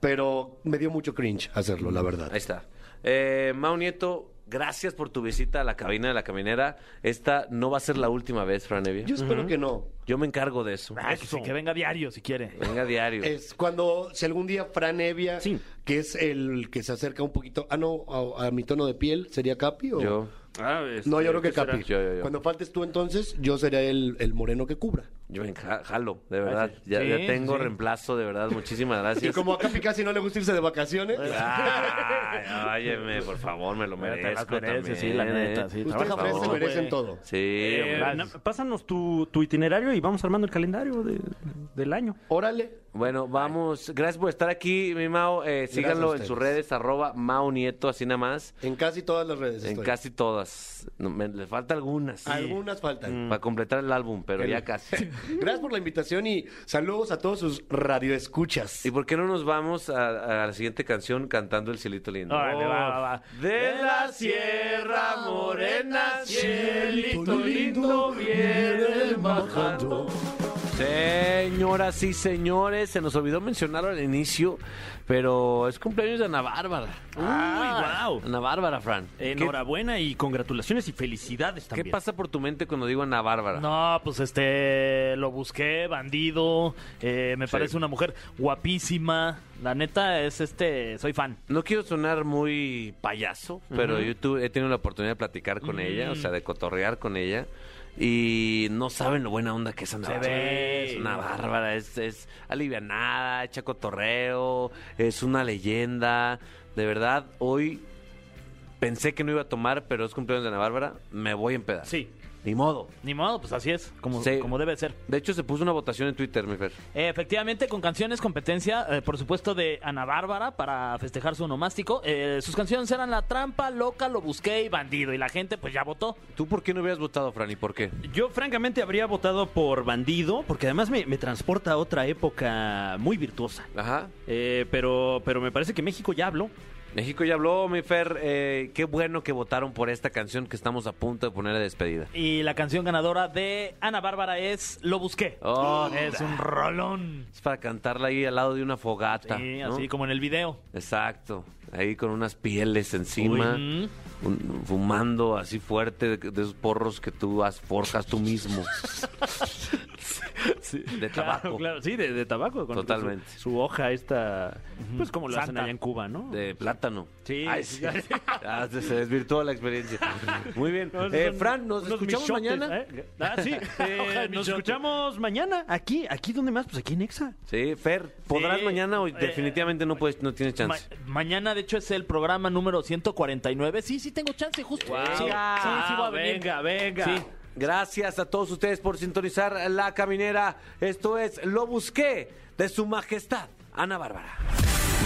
[SPEAKER 7] pero me dio mucho cringe hacerlo, la verdad.
[SPEAKER 2] Ahí está. Eh, Mau Nieto, gracias por tu visita a la cabina de la caminera. Esta no va a ser la última vez, Fran Evia.
[SPEAKER 7] Yo espero que no.
[SPEAKER 2] Yo me encargo de eso.
[SPEAKER 3] Ah, que, sí, que venga diario si quiere.
[SPEAKER 2] Venga diario.
[SPEAKER 7] Es cuando, si algún día Fran Evia,
[SPEAKER 4] Sí.
[SPEAKER 7] que es el que se acerca un poquito, ah, no, a, a mi tono de piel, ¿sería Capi o...?
[SPEAKER 2] Yo,
[SPEAKER 3] Ah, este,
[SPEAKER 2] este,
[SPEAKER 7] No, yo creo que Capi.
[SPEAKER 2] Yo, yo, yo.
[SPEAKER 7] Cuando faltes tú entonces, yo seré el, el moreno que cubra.
[SPEAKER 2] yo me enja- jalo, de verdad. Ya,
[SPEAKER 3] Ah, Sí,
[SPEAKER 2] ya tengo
[SPEAKER 3] sí.
[SPEAKER 2] reemplazo, de verdad. Muchísimas gracias.
[SPEAKER 7] Y como a Capi casi no le gusta irse de vacaciones,
[SPEAKER 2] Ay, óyeme, por favor, me lo
[SPEAKER 3] Te las
[SPEAKER 2] merezco también.
[SPEAKER 3] mereces, sí, la neta, sí.
[SPEAKER 2] ¿eh?
[SPEAKER 7] ustedes
[SPEAKER 3] Trabaja
[SPEAKER 7] tres se
[SPEAKER 3] mucho, güey.
[SPEAKER 7] merecen todo.
[SPEAKER 2] Sí,
[SPEAKER 4] Eh,
[SPEAKER 2] hombre.
[SPEAKER 4] na- pásanos tu, tu itinerario y vamos armando el calendario de- del año.
[SPEAKER 7] Órale.
[SPEAKER 2] Bueno, vamos. Gracias por estar aquí, mi Mao. Eh, síganlo en
[SPEAKER 7] ustedes.
[SPEAKER 2] sus redes, arroba Mao Nieto, así nada más.
[SPEAKER 7] En casi todas las redes
[SPEAKER 2] En
[SPEAKER 7] estoy.
[SPEAKER 2] casi todas. No, me- le falta algunas.
[SPEAKER 7] Algunas faltan.
[SPEAKER 2] Para completar el álbum, pero
[SPEAKER 7] El-
[SPEAKER 2] ya casi.
[SPEAKER 7] Gracias por la invitación y saludos a todos sus radioescuchas.
[SPEAKER 2] ¿Y por qué no nos vamos a, a la siguiente canción cantando El Cielito Lindo?
[SPEAKER 3] Órale, va, va, va.
[SPEAKER 2] De la Sierra Morena, cielito lindo, viene bajando. Señoras y señores, se nos olvidó mencionarlo al inicio, pero es cumpleaños de Ana Bárbara.
[SPEAKER 4] Ah, wow.
[SPEAKER 2] Ana Bárbara, Fran. ¿Qué-
[SPEAKER 4] Enhorabuena y congratulaciones y felicidades
[SPEAKER 2] ¿Qué,
[SPEAKER 4] Eh, también.
[SPEAKER 2] pasa por tu mente cuando digo Ana Bárbara?
[SPEAKER 3] No, pues este, lo busqué, bandido, eh, me parece una mujer guapísima. La neta es este, soy fan.
[SPEAKER 2] No quiero sonar muy payaso, pero yo tuve- he tenido la oportunidad de platicar con ella, o sea, de cotorrear con ella. Y no saben lo buena onda que es Ana
[SPEAKER 3] Se
[SPEAKER 2] Bárbara.
[SPEAKER 3] ve.
[SPEAKER 2] Es una bárbara, es, es alivianada, echa cotorreo, es una leyenda. De verdad, hoy pensé que no iba a tomar, pero es cumpleaños de Ana Bárbara, me voy a empedar.
[SPEAKER 3] Sí.
[SPEAKER 2] Ni modo.
[SPEAKER 3] Ni modo, pues así es, como,
[SPEAKER 2] Sí.
[SPEAKER 3] como debe ser.
[SPEAKER 2] De hecho, se puso una votación en Twitter, mi Fer.
[SPEAKER 3] Eh, Efectivamente, con canciones competencia, eh, por supuesto, de Ana Bárbara para festejar su onomástico. Eh, sus canciones eran La Trampa, Loca, Lo Busqué y Bandido. Y la gente, pues ya votó.
[SPEAKER 2] ¿Tú por qué no hubieras votado, Fran, y por qué?
[SPEAKER 4] Yo francamente habría votado por Bandido, porque además me, me transporta a otra época muy virtuosa.
[SPEAKER 2] Ajá.
[SPEAKER 4] Eh, pero, pero me parece que México ya habló.
[SPEAKER 2] México ya habló, mi Fer. Eh, qué bueno que votaron por esta canción que estamos a punto de poner de despedida.
[SPEAKER 3] Y la canción ganadora de Ana Bárbara es Lo Busqué.
[SPEAKER 2] Oh,
[SPEAKER 3] es un rolón.
[SPEAKER 2] Es para cantarla ahí al lado de una fogata.
[SPEAKER 3] Sí,
[SPEAKER 2] ¿no?
[SPEAKER 3] así como en el video.
[SPEAKER 2] Exacto. Ahí con unas pieles encima,
[SPEAKER 3] Uy.
[SPEAKER 4] mm.
[SPEAKER 2] un- fumando así fuerte de, de esos porros que tú has- forjas tú mismo. De tabaco.
[SPEAKER 4] Claro, claro. Sí, de, de tabaco. con- con
[SPEAKER 2] Totalmente.
[SPEAKER 4] Su, su hoja esta, pues como lo hacen
[SPEAKER 3] Santa.
[SPEAKER 4] allá en Cuba, ¿no?
[SPEAKER 2] De plátano.
[SPEAKER 4] Sí,
[SPEAKER 2] Ay,
[SPEAKER 4] sí,
[SPEAKER 2] sí. Ah, se se desvirtuó la experiencia. Muy bien.
[SPEAKER 4] No, esos
[SPEAKER 2] Eh,
[SPEAKER 4] son
[SPEAKER 2] Fran, nos
[SPEAKER 4] unos
[SPEAKER 2] escuchamos
[SPEAKER 4] michotes,
[SPEAKER 2] mañana.
[SPEAKER 4] ¿eh? Ah, sí. eh,
[SPEAKER 3] Hoja de
[SPEAKER 4] nos
[SPEAKER 3] michote.
[SPEAKER 4] escuchamos mañana. Aquí, aquí, ¿dónde más? Pues aquí en Exa.
[SPEAKER 2] Sí, Fer, ¿podrás
[SPEAKER 3] Sí.
[SPEAKER 2] mañana o
[SPEAKER 3] Eh,
[SPEAKER 2] definitivamente no puedes, no tienes chance?
[SPEAKER 3] Ma- mañana, de hecho, es el programa número 149. Sí, sí tengo chance, justo. Sí, sí, sí voy a venir.
[SPEAKER 4] venga.
[SPEAKER 3] Sí.
[SPEAKER 2] Gracias a todos ustedes por sintonizar La Caminera. Esto es Lo Busqué de Su Majestad, Ana Bárbara.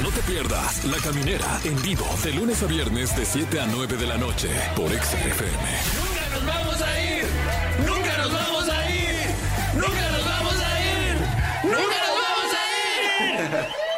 [SPEAKER 1] No te pierdas La Caminera en vivo de lunes a viernes de 7 a 9 de la noche por XFM.
[SPEAKER 10] ¡Nunca nos vamos a ir! ¡Nunca nos vamos a ir! ¡Nunca nos vamos a ir! ¡Nunca nos vamos a ir!